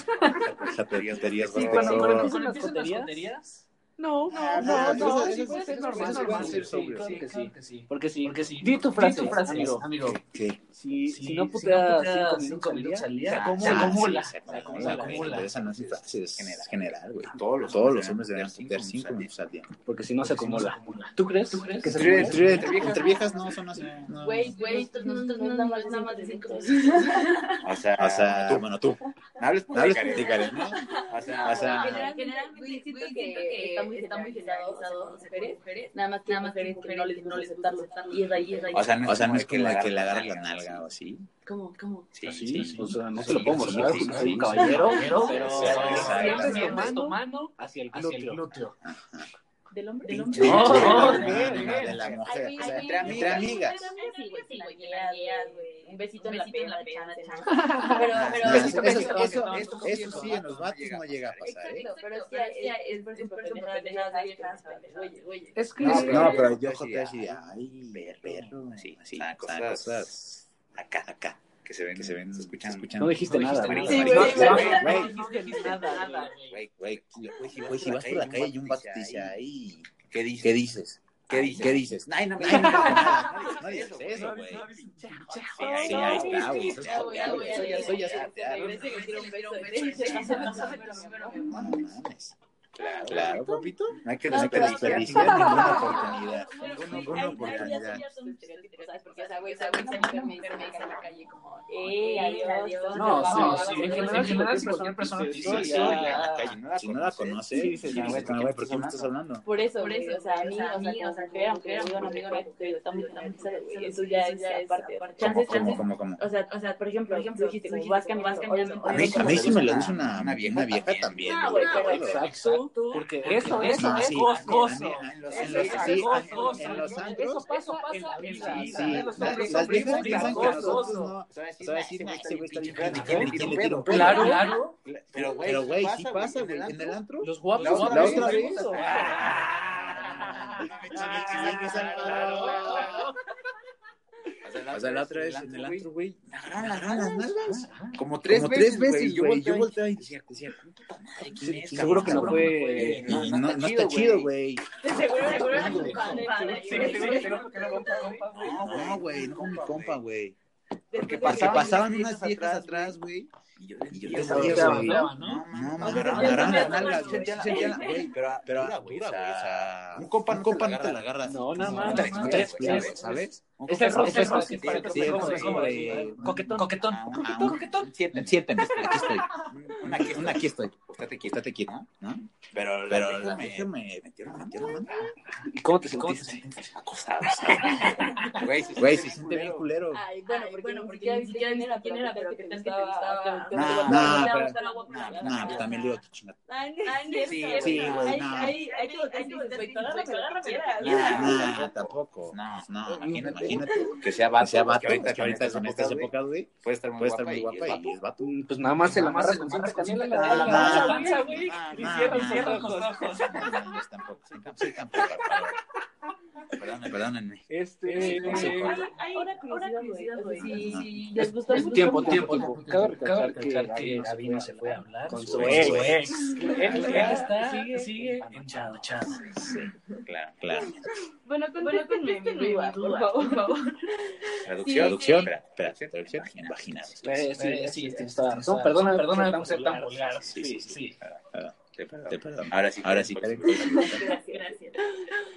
[SPEAKER 3] Chaterías, chaterías,
[SPEAKER 2] Sí,
[SPEAKER 3] vatos.
[SPEAKER 2] cuando, cuando empiezan las tonterías,
[SPEAKER 6] No,
[SPEAKER 4] Ah,
[SPEAKER 6] no, no,
[SPEAKER 4] pues,
[SPEAKER 6] no,
[SPEAKER 4] eso-
[SPEAKER 6] sí
[SPEAKER 4] eso
[SPEAKER 6] puede
[SPEAKER 4] es-
[SPEAKER 6] ser
[SPEAKER 4] eso
[SPEAKER 6] normal,
[SPEAKER 4] es
[SPEAKER 6] normal.
[SPEAKER 4] obvio,
[SPEAKER 6] Sí,
[SPEAKER 4] sí,
[SPEAKER 6] claro
[SPEAKER 4] sí,
[SPEAKER 6] que sí.
[SPEAKER 4] claro que sí.
[SPEAKER 2] Porque sí,
[SPEAKER 4] Porque sí.
[SPEAKER 2] Di tu frase,
[SPEAKER 4] Di tu frase,
[SPEAKER 2] amigo.
[SPEAKER 4] amigo.
[SPEAKER 7] ¿Qué?
[SPEAKER 2] Si,
[SPEAKER 4] Sí,
[SPEAKER 2] si no
[SPEAKER 4] si
[SPEAKER 2] putea
[SPEAKER 4] no putea
[SPEAKER 2] cinco minutos al día,
[SPEAKER 4] al día,
[SPEAKER 2] se
[SPEAKER 4] se
[SPEAKER 2] acumula.
[SPEAKER 4] Se acumula.
[SPEAKER 7] Sí,
[SPEAKER 4] Se acumula,
[SPEAKER 7] se
[SPEAKER 4] se acumula.
[SPEAKER 7] Pero esa no es mi frase, es
[SPEAKER 3] General.
[SPEAKER 7] general, güey. Todos los,
[SPEAKER 3] Todos
[SPEAKER 7] hombres,
[SPEAKER 3] los
[SPEAKER 7] deben
[SPEAKER 3] hombres
[SPEAKER 7] tener cinco minutos al día.
[SPEAKER 2] Porque si no se
[SPEAKER 4] Porque si no se
[SPEAKER 2] acumula. ¿Tú crees?
[SPEAKER 4] ¿Tú crees?
[SPEAKER 2] que se
[SPEAKER 4] Entre-
[SPEAKER 2] acumula?
[SPEAKER 4] entre-
[SPEAKER 3] entre viejas no son así. no.
[SPEAKER 5] Güey, güey, nosotros no nada más, nada más de cinco.
[SPEAKER 7] O sea,
[SPEAKER 3] O sea,
[SPEAKER 7] tú,
[SPEAKER 3] tú, bueno, tú.
[SPEAKER 7] no hables
[SPEAKER 3] No hables
[SPEAKER 7] Karen.
[SPEAKER 3] de Karen, ¿no?
[SPEAKER 7] O sea, o sea,
[SPEAKER 5] Generalmente siento que está muy está muy generalizado a las mujeres, nada más que nada más que no les no les aceptarlo. Y es ahí, es ahí.
[SPEAKER 7] o sea, no,
[SPEAKER 3] O sea, no es que la que le
[SPEAKER 7] agarra
[SPEAKER 3] agarras la nalga o así.
[SPEAKER 5] ¿Cómo, cómo?
[SPEAKER 7] Sí,
[SPEAKER 2] Sí,
[SPEAKER 7] sí,
[SPEAKER 2] o sea, no
[SPEAKER 7] sí,
[SPEAKER 2] se lo puedo
[SPEAKER 7] sí,
[SPEAKER 2] mostrar,
[SPEAKER 7] sí,
[SPEAKER 2] soy
[SPEAKER 7] sí,
[SPEAKER 2] un caballero,
[SPEAKER 4] Pero-
[SPEAKER 2] pero
[SPEAKER 7] Exacto, exacto.
[SPEAKER 2] siempre
[SPEAKER 4] Siempre
[SPEAKER 2] tomando
[SPEAKER 6] tomando
[SPEAKER 2] hacia el
[SPEAKER 6] hacia el
[SPEAKER 2] glúteo.
[SPEAKER 6] glúteo.
[SPEAKER 5] ¿Del hombre? Del
[SPEAKER 2] No,
[SPEAKER 5] hombre.
[SPEAKER 2] no,
[SPEAKER 7] no,
[SPEAKER 2] bien,
[SPEAKER 7] no,
[SPEAKER 2] bien.
[SPEAKER 7] de la mujer.
[SPEAKER 5] Ay,
[SPEAKER 7] O sea,
[SPEAKER 5] ay,
[SPEAKER 7] entre
[SPEAKER 5] ay,
[SPEAKER 7] amigas.
[SPEAKER 5] ay, sí, güey, sí, güey, guías, güey. Un besito en la pena, chance. Pero, pero,
[SPEAKER 3] Eso,
[SPEAKER 5] pero-
[SPEAKER 3] eso, eso, eso,
[SPEAKER 7] eso
[SPEAKER 3] sí, en los vatos no llega a pasar, ¿eh?
[SPEAKER 5] Exacto, pero sí, hay- sí, hay- es por ejemplo, pendejadas de viejas, viejas, pendejadas, oye, oye.
[SPEAKER 6] Es que
[SPEAKER 7] No,
[SPEAKER 6] es-
[SPEAKER 7] pero-
[SPEAKER 3] No, pero yo
[SPEAKER 7] yo
[SPEAKER 3] joder
[SPEAKER 7] diría,
[SPEAKER 3] así de, ay,
[SPEAKER 7] Ver, ver.
[SPEAKER 3] perro.
[SPEAKER 7] Sí, sí,
[SPEAKER 3] sí,
[SPEAKER 7] ah,
[SPEAKER 3] ah,
[SPEAKER 7] cosas
[SPEAKER 3] cosas
[SPEAKER 7] acá, acá. Que se ven,
[SPEAKER 3] que se ven,
[SPEAKER 7] se escuchan,
[SPEAKER 3] se escuchan.
[SPEAKER 2] No dijiste
[SPEAKER 7] No
[SPEAKER 2] nada.
[SPEAKER 7] dijiste
[SPEAKER 2] ¿no?
[SPEAKER 7] nada.
[SPEAKER 2] No,
[SPEAKER 5] Sí, güey.
[SPEAKER 2] no,
[SPEAKER 3] Güey.
[SPEAKER 2] No dijiste nada.
[SPEAKER 7] Güey, güey,
[SPEAKER 3] Güey, si vas por la calle y un vato te dice,
[SPEAKER 7] ahí,
[SPEAKER 3] ay,
[SPEAKER 7] ¿qué
[SPEAKER 3] ¿qué
[SPEAKER 7] dices?
[SPEAKER 3] dices?
[SPEAKER 7] ¿Qué
[SPEAKER 3] Ay,
[SPEAKER 7] dices?
[SPEAKER 3] ¿Qué dices?
[SPEAKER 7] Ay, no, me
[SPEAKER 3] Ay, no,
[SPEAKER 7] digas
[SPEAKER 3] no,
[SPEAKER 7] nada,
[SPEAKER 3] no, no, no digas eso, güey. Sí,
[SPEAKER 7] Ay,
[SPEAKER 3] ahí,
[SPEAKER 7] no,
[SPEAKER 3] ahí está,
[SPEAKER 7] sí,
[SPEAKER 3] güey.
[SPEAKER 7] sí,
[SPEAKER 5] Ya, güey, ya, güey, ya, ya,
[SPEAKER 3] Eso ya
[SPEAKER 5] ya,
[SPEAKER 3] es
[SPEAKER 5] ya,
[SPEAKER 3] chatear,
[SPEAKER 5] te regreso y me tiro un beso, ¿eh?
[SPEAKER 3] No mames.
[SPEAKER 7] Claro,
[SPEAKER 3] Claro,
[SPEAKER 7] claro.
[SPEAKER 3] papito.
[SPEAKER 7] No hay que
[SPEAKER 3] No
[SPEAKER 5] No,
[SPEAKER 3] se
[SPEAKER 5] pero-
[SPEAKER 3] desperdiciar ninguna oportunidad.
[SPEAKER 5] Bueno, sí,
[SPEAKER 3] Ninguna
[SPEAKER 5] ahí- ahí ya son-
[SPEAKER 3] oportunidad.
[SPEAKER 5] ya son estereotipos, ¿sabes? Porque, o sea, güey, o sea, güey, esa mujer me dice, me dice en la calle como, eh, adiós,
[SPEAKER 2] No,
[SPEAKER 5] adiós, te
[SPEAKER 2] sí,
[SPEAKER 5] vamos,
[SPEAKER 2] sí,
[SPEAKER 5] vamos,
[SPEAKER 2] en
[SPEAKER 5] vamos,
[SPEAKER 2] general,
[SPEAKER 5] vamos".
[SPEAKER 2] si cualquier persona te dice
[SPEAKER 7] Sí,
[SPEAKER 2] eso,
[SPEAKER 7] ya,
[SPEAKER 2] ya.
[SPEAKER 7] en la calle, no la
[SPEAKER 3] Si no la
[SPEAKER 7] conoces.
[SPEAKER 3] conoces,
[SPEAKER 2] Sí,
[SPEAKER 3] sí,
[SPEAKER 2] dices,
[SPEAKER 3] sí,
[SPEAKER 2] ya,
[SPEAKER 3] güey,
[SPEAKER 2] güey, ¿por qué
[SPEAKER 3] ¿por
[SPEAKER 2] te
[SPEAKER 3] qué me
[SPEAKER 2] estás
[SPEAKER 3] estás hablando?
[SPEAKER 5] Por eso,
[SPEAKER 6] Por
[SPEAKER 5] por
[SPEAKER 6] eso,
[SPEAKER 5] eso, o sea, amigos,
[SPEAKER 6] o sea,
[SPEAKER 5] o sea, como
[SPEAKER 6] amigos, o sea,
[SPEAKER 5] mujer,
[SPEAKER 6] mujer,
[SPEAKER 5] aunque digo un
[SPEAKER 6] aunque
[SPEAKER 5] amigo,
[SPEAKER 6] diga
[SPEAKER 5] no,
[SPEAKER 6] un
[SPEAKER 5] pero está muy normalizado, güey, eso ya es ya es parte.
[SPEAKER 3] ¿Cómo,
[SPEAKER 5] Chances,
[SPEAKER 3] cómo,
[SPEAKER 5] chances,
[SPEAKER 3] cómo, cómo?
[SPEAKER 5] o sea, o sea, por ejemplo, tú dijiste, como vas caminando,
[SPEAKER 3] A mí, a mí sí me lo dice una, una vieja, también.
[SPEAKER 5] No, güey, pero-
[SPEAKER 3] güey.
[SPEAKER 2] Exacto. Porque eso, eso
[SPEAKER 3] No,
[SPEAKER 2] es
[SPEAKER 3] sí,
[SPEAKER 2] gozoso.
[SPEAKER 3] a mí- a mí- En los, en
[SPEAKER 2] Eso
[SPEAKER 3] los,
[SPEAKER 2] es
[SPEAKER 3] sí,
[SPEAKER 2] acoso.
[SPEAKER 3] en- en los
[SPEAKER 2] Eso
[SPEAKER 3] antros,
[SPEAKER 2] pasa, pasa en la
[SPEAKER 3] sí,
[SPEAKER 2] vida.
[SPEAKER 3] sí.
[SPEAKER 2] Los
[SPEAKER 3] la-
[SPEAKER 2] hombres
[SPEAKER 3] Las
[SPEAKER 2] son
[SPEAKER 3] viejas
[SPEAKER 2] muy
[SPEAKER 3] piensan que nosotros
[SPEAKER 2] acosos.
[SPEAKER 3] no.
[SPEAKER 7] Se va a
[SPEAKER 3] Se
[SPEAKER 7] decir,
[SPEAKER 3] va a
[SPEAKER 7] "Nah,
[SPEAKER 3] decir,
[SPEAKER 7] este güey
[SPEAKER 3] "Nah,
[SPEAKER 7] está
[SPEAKER 3] este güey está bien
[SPEAKER 7] pinche
[SPEAKER 3] pendejo,
[SPEAKER 7] pendejo,
[SPEAKER 3] ¿quién le
[SPEAKER 7] tiene
[SPEAKER 3] tiene
[SPEAKER 7] pedo?".
[SPEAKER 3] pedo?
[SPEAKER 2] Claro, claro.
[SPEAKER 7] Pero, güey,
[SPEAKER 3] Pero, güey, sí
[SPEAKER 7] pasa, güey,
[SPEAKER 3] pasa, güey. En el antro.
[SPEAKER 2] Los guapos
[SPEAKER 7] La
[SPEAKER 2] son
[SPEAKER 7] otra- la
[SPEAKER 2] muy
[SPEAKER 7] otra vez-
[SPEAKER 2] acosos.
[SPEAKER 3] Ah, no me eches la cosa, no. O sea, la otra vez en el antro, güey. Agarraron las ranas, nalgas.
[SPEAKER 7] Como tres
[SPEAKER 3] Como
[SPEAKER 7] veces,
[SPEAKER 3] tres veces, güey. Yo
[SPEAKER 7] volteaba
[SPEAKER 3] volteé ahí.
[SPEAKER 7] y decía, decía, puta madre, ¿quién
[SPEAKER 2] Sí,
[SPEAKER 7] es,
[SPEAKER 2] Seguro que
[SPEAKER 7] cabrón?
[SPEAKER 2] no
[SPEAKER 3] Y
[SPEAKER 2] fue.
[SPEAKER 3] No, no,
[SPEAKER 7] está
[SPEAKER 3] está chido, güey.
[SPEAKER 5] Seguro, seguro era tu padre, padre, güey.
[SPEAKER 3] No, no, güey, no con mi compa, güey.
[SPEAKER 5] Porque
[SPEAKER 3] Porque
[SPEAKER 5] pasaban-
[SPEAKER 3] pasaban unas viejas atrás, güey.
[SPEAKER 7] Y yo
[SPEAKER 3] Y yo
[SPEAKER 7] decía,
[SPEAKER 3] les
[SPEAKER 2] volteaba,
[SPEAKER 3] hacía, güey.
[SPEAKER 2] volteaba,
[SPEAKER 3] No,
[SPEAKER 2] ¿no?
[SPEAKER 3] no, me
[SPEAKER 7] O sea,
[SPEAKER 3] agarraron
[SPEAKER 5] te-
[SPEAKER 3] agarraron
[SPEAKER 5] te-
[SPEAKER 3] las
[SPEAKER 5] te-
[SPEAKER 3] nalgas,
[SPEAKER 5] te-
[SPEAKER 3] güey.
[SPEAKER 5] te-
[SPEAKER 3] Sí, sentía la-
[SPEAKER 7] te-
[SPEAKER 3] Güey, pero, pero dura, güey. O sea,
[SPEAKER 7] un compa
[SPEAKER 3] un compa no te la agarras.
[SPEAKER 2] No, nada
[SPEAKER 3] No,
[SPEAKER 2] más.
[SPEAKER 3] tres-
[SPEAKER 2] nada más.
[SPEAKER 3] tres
[SPEAKER 2] Tres,
[SPEAKER 3] clavos,
[SPEAKER 2] tres.
[SPEAKER 3] ¿sabes? Un
[SPEAKER 2] Es el
[SPEAKER 3] compa no
[SPEAKER 2] roce,
[SPEAKER 3] te
[SPEAKER 2] es
[SPEAKER 3] la
[SPEAKER 2] roce,
[SPEAKER 3] agarra,
[SPEAKER 2] para que
[SPEAKER 3] sí,
[SPEAKER 2] te
[SPEAKER 3] no,
[SPEAKER 2] pongas
[SPEAKER 3] sí, güey.
[SPEAKER 2] como- Coquetón, coquetón.
[SPEAKER 7] Ah, ah,
[SPEAKER 2] Coquetón,
[SPEAKER 7] un-
[SPEAKER 2] coquetón.
[SPEAKER 7] un siete,
[SPEAKER 3] Un siete, aquí estoy.
[SPEAKER 7] un aquí,
[SPEAKER 3] Una aquí estoy.
[SPEAKER 7] estate quieto.
[SPEAKER 3] Estate quieto, ¿no?
[SPEAKER 7] Pero,
[SPEAKER 3] Pero
[SPEAKER 7] la
[SPEAKER 3] la
[SPEAKER 7] me-
[SPEAKER 3] vieja me metió la metió la mano.
[SPEAKER 2] ¿Y cómo te
[SPEAKER 7] ¿Cómo te
[SPEAKER 2] sentiste?
[SPEAKER 7] sientes? Acosado, ¿sabes? Güey,
[SPEAKER 3] Güey, se siente bien culero.
[SPEAKER 5] Ay, bueno, porque ni siquiera viste quién era, quién era, pero que te gustaba.
[SPEAKER 3] no, pero-
[SPEAKER 5] pero...
[SPEAKER 7] No,
[SPEAKER 5] No,
[SPEAKER 3] Nah, nah, pues también le digo, chinga.
[SPEAKER 5] Ay, no es cierto.
[SPEAKER 7] Sí,
[SPEAKER 3] sí, güey,
[SPEAKER 5] Ay,
[SPEAKER 3] no.
[SPEAKER 5] ay, ay, que voltear y dices, güey, tú agárrame lo que quieras.
[SPEAKER 3] Nah, tampoco.
[SPEAKER 7] No,
[SPEAKER 3] Pues No, imagínate, imagínate.
[SPEAKER 7] Que sea
[SPEAKER 3] Que
[SPEAKER 7] vato.
[SPEAKER 3] sea vato,
[SPEAKER 7] que ahorita,
[SPEAKER 3] que ahorita en estas
[SPEAKER 7] güey,
[SPEAKER 3] épocas, güey,
[SPEAKER 7] puede estar muy
[SPEAKER 3] puede estar
[SPEAKER 7] guapa
[SPEAKER 3] muy
[SPEAKER 7] y es
[SPEAKER 3] guapa
[SPEAKER 7] vato.
[SPEAKER 3] y es vato.
[SPEAKER 2] Pues nada más se la amarra con cintas canela, la la- la- la- la- la- güey. Y
[SPEAKER 3] nah,
[SPEAKER 2] cierra,
[SPEAKER 3] nah,
[SPEAKER 2] cierra
[SPEAKER 3] nah.
[SPEAKER 2] los ojos.
[SPEAKER 3] No, no, no, tampoco. Sí, tampoco. sí, tampoco, perdón. Perdónenme, perdónenme.
[SPEAKER 2] Este.
[SPEAKER 5] Ay, ay, ahora curiosidad, güey. Sí, sí, les gustó. les
[SPEAKER 2] Es
[SPEAKER 5] gustó
[SPEAKER 2] tiempo,
[SPEAKER 5] mucho.
[SPEAKER 2] tiempo, tiempo. Cabe recalcar que Gaby no se fue a hablar con su ex. Él él está, sigue, sigue enchado, chado.
[SPEAKER 7] Claro, claro.
[SPEAKER 5] Bueno, contéstenme mi duda, por favor.
[SPEAKER 7] Traducción.
[SPEAKER 3] Traducción.
[SPEAKER 7] Espera, espera, traducción.
[SPEAKER 3] Vagina, vagina.
[SPEAKER 2] Eh, Sí, sí, tienes toda la razón. Perdona, perdona por ser tan vulgar.
[SPEAKER 3] Sí, sí, sí.
[SPEAKER 7] Te perdono.
[SPEAKER 3] Te perdono.
[SPEAKER 7] Ahora sí,
[SPEAKER 3] Ahora sí, Karen.
[SPEAKER 5] Gracias, gracias.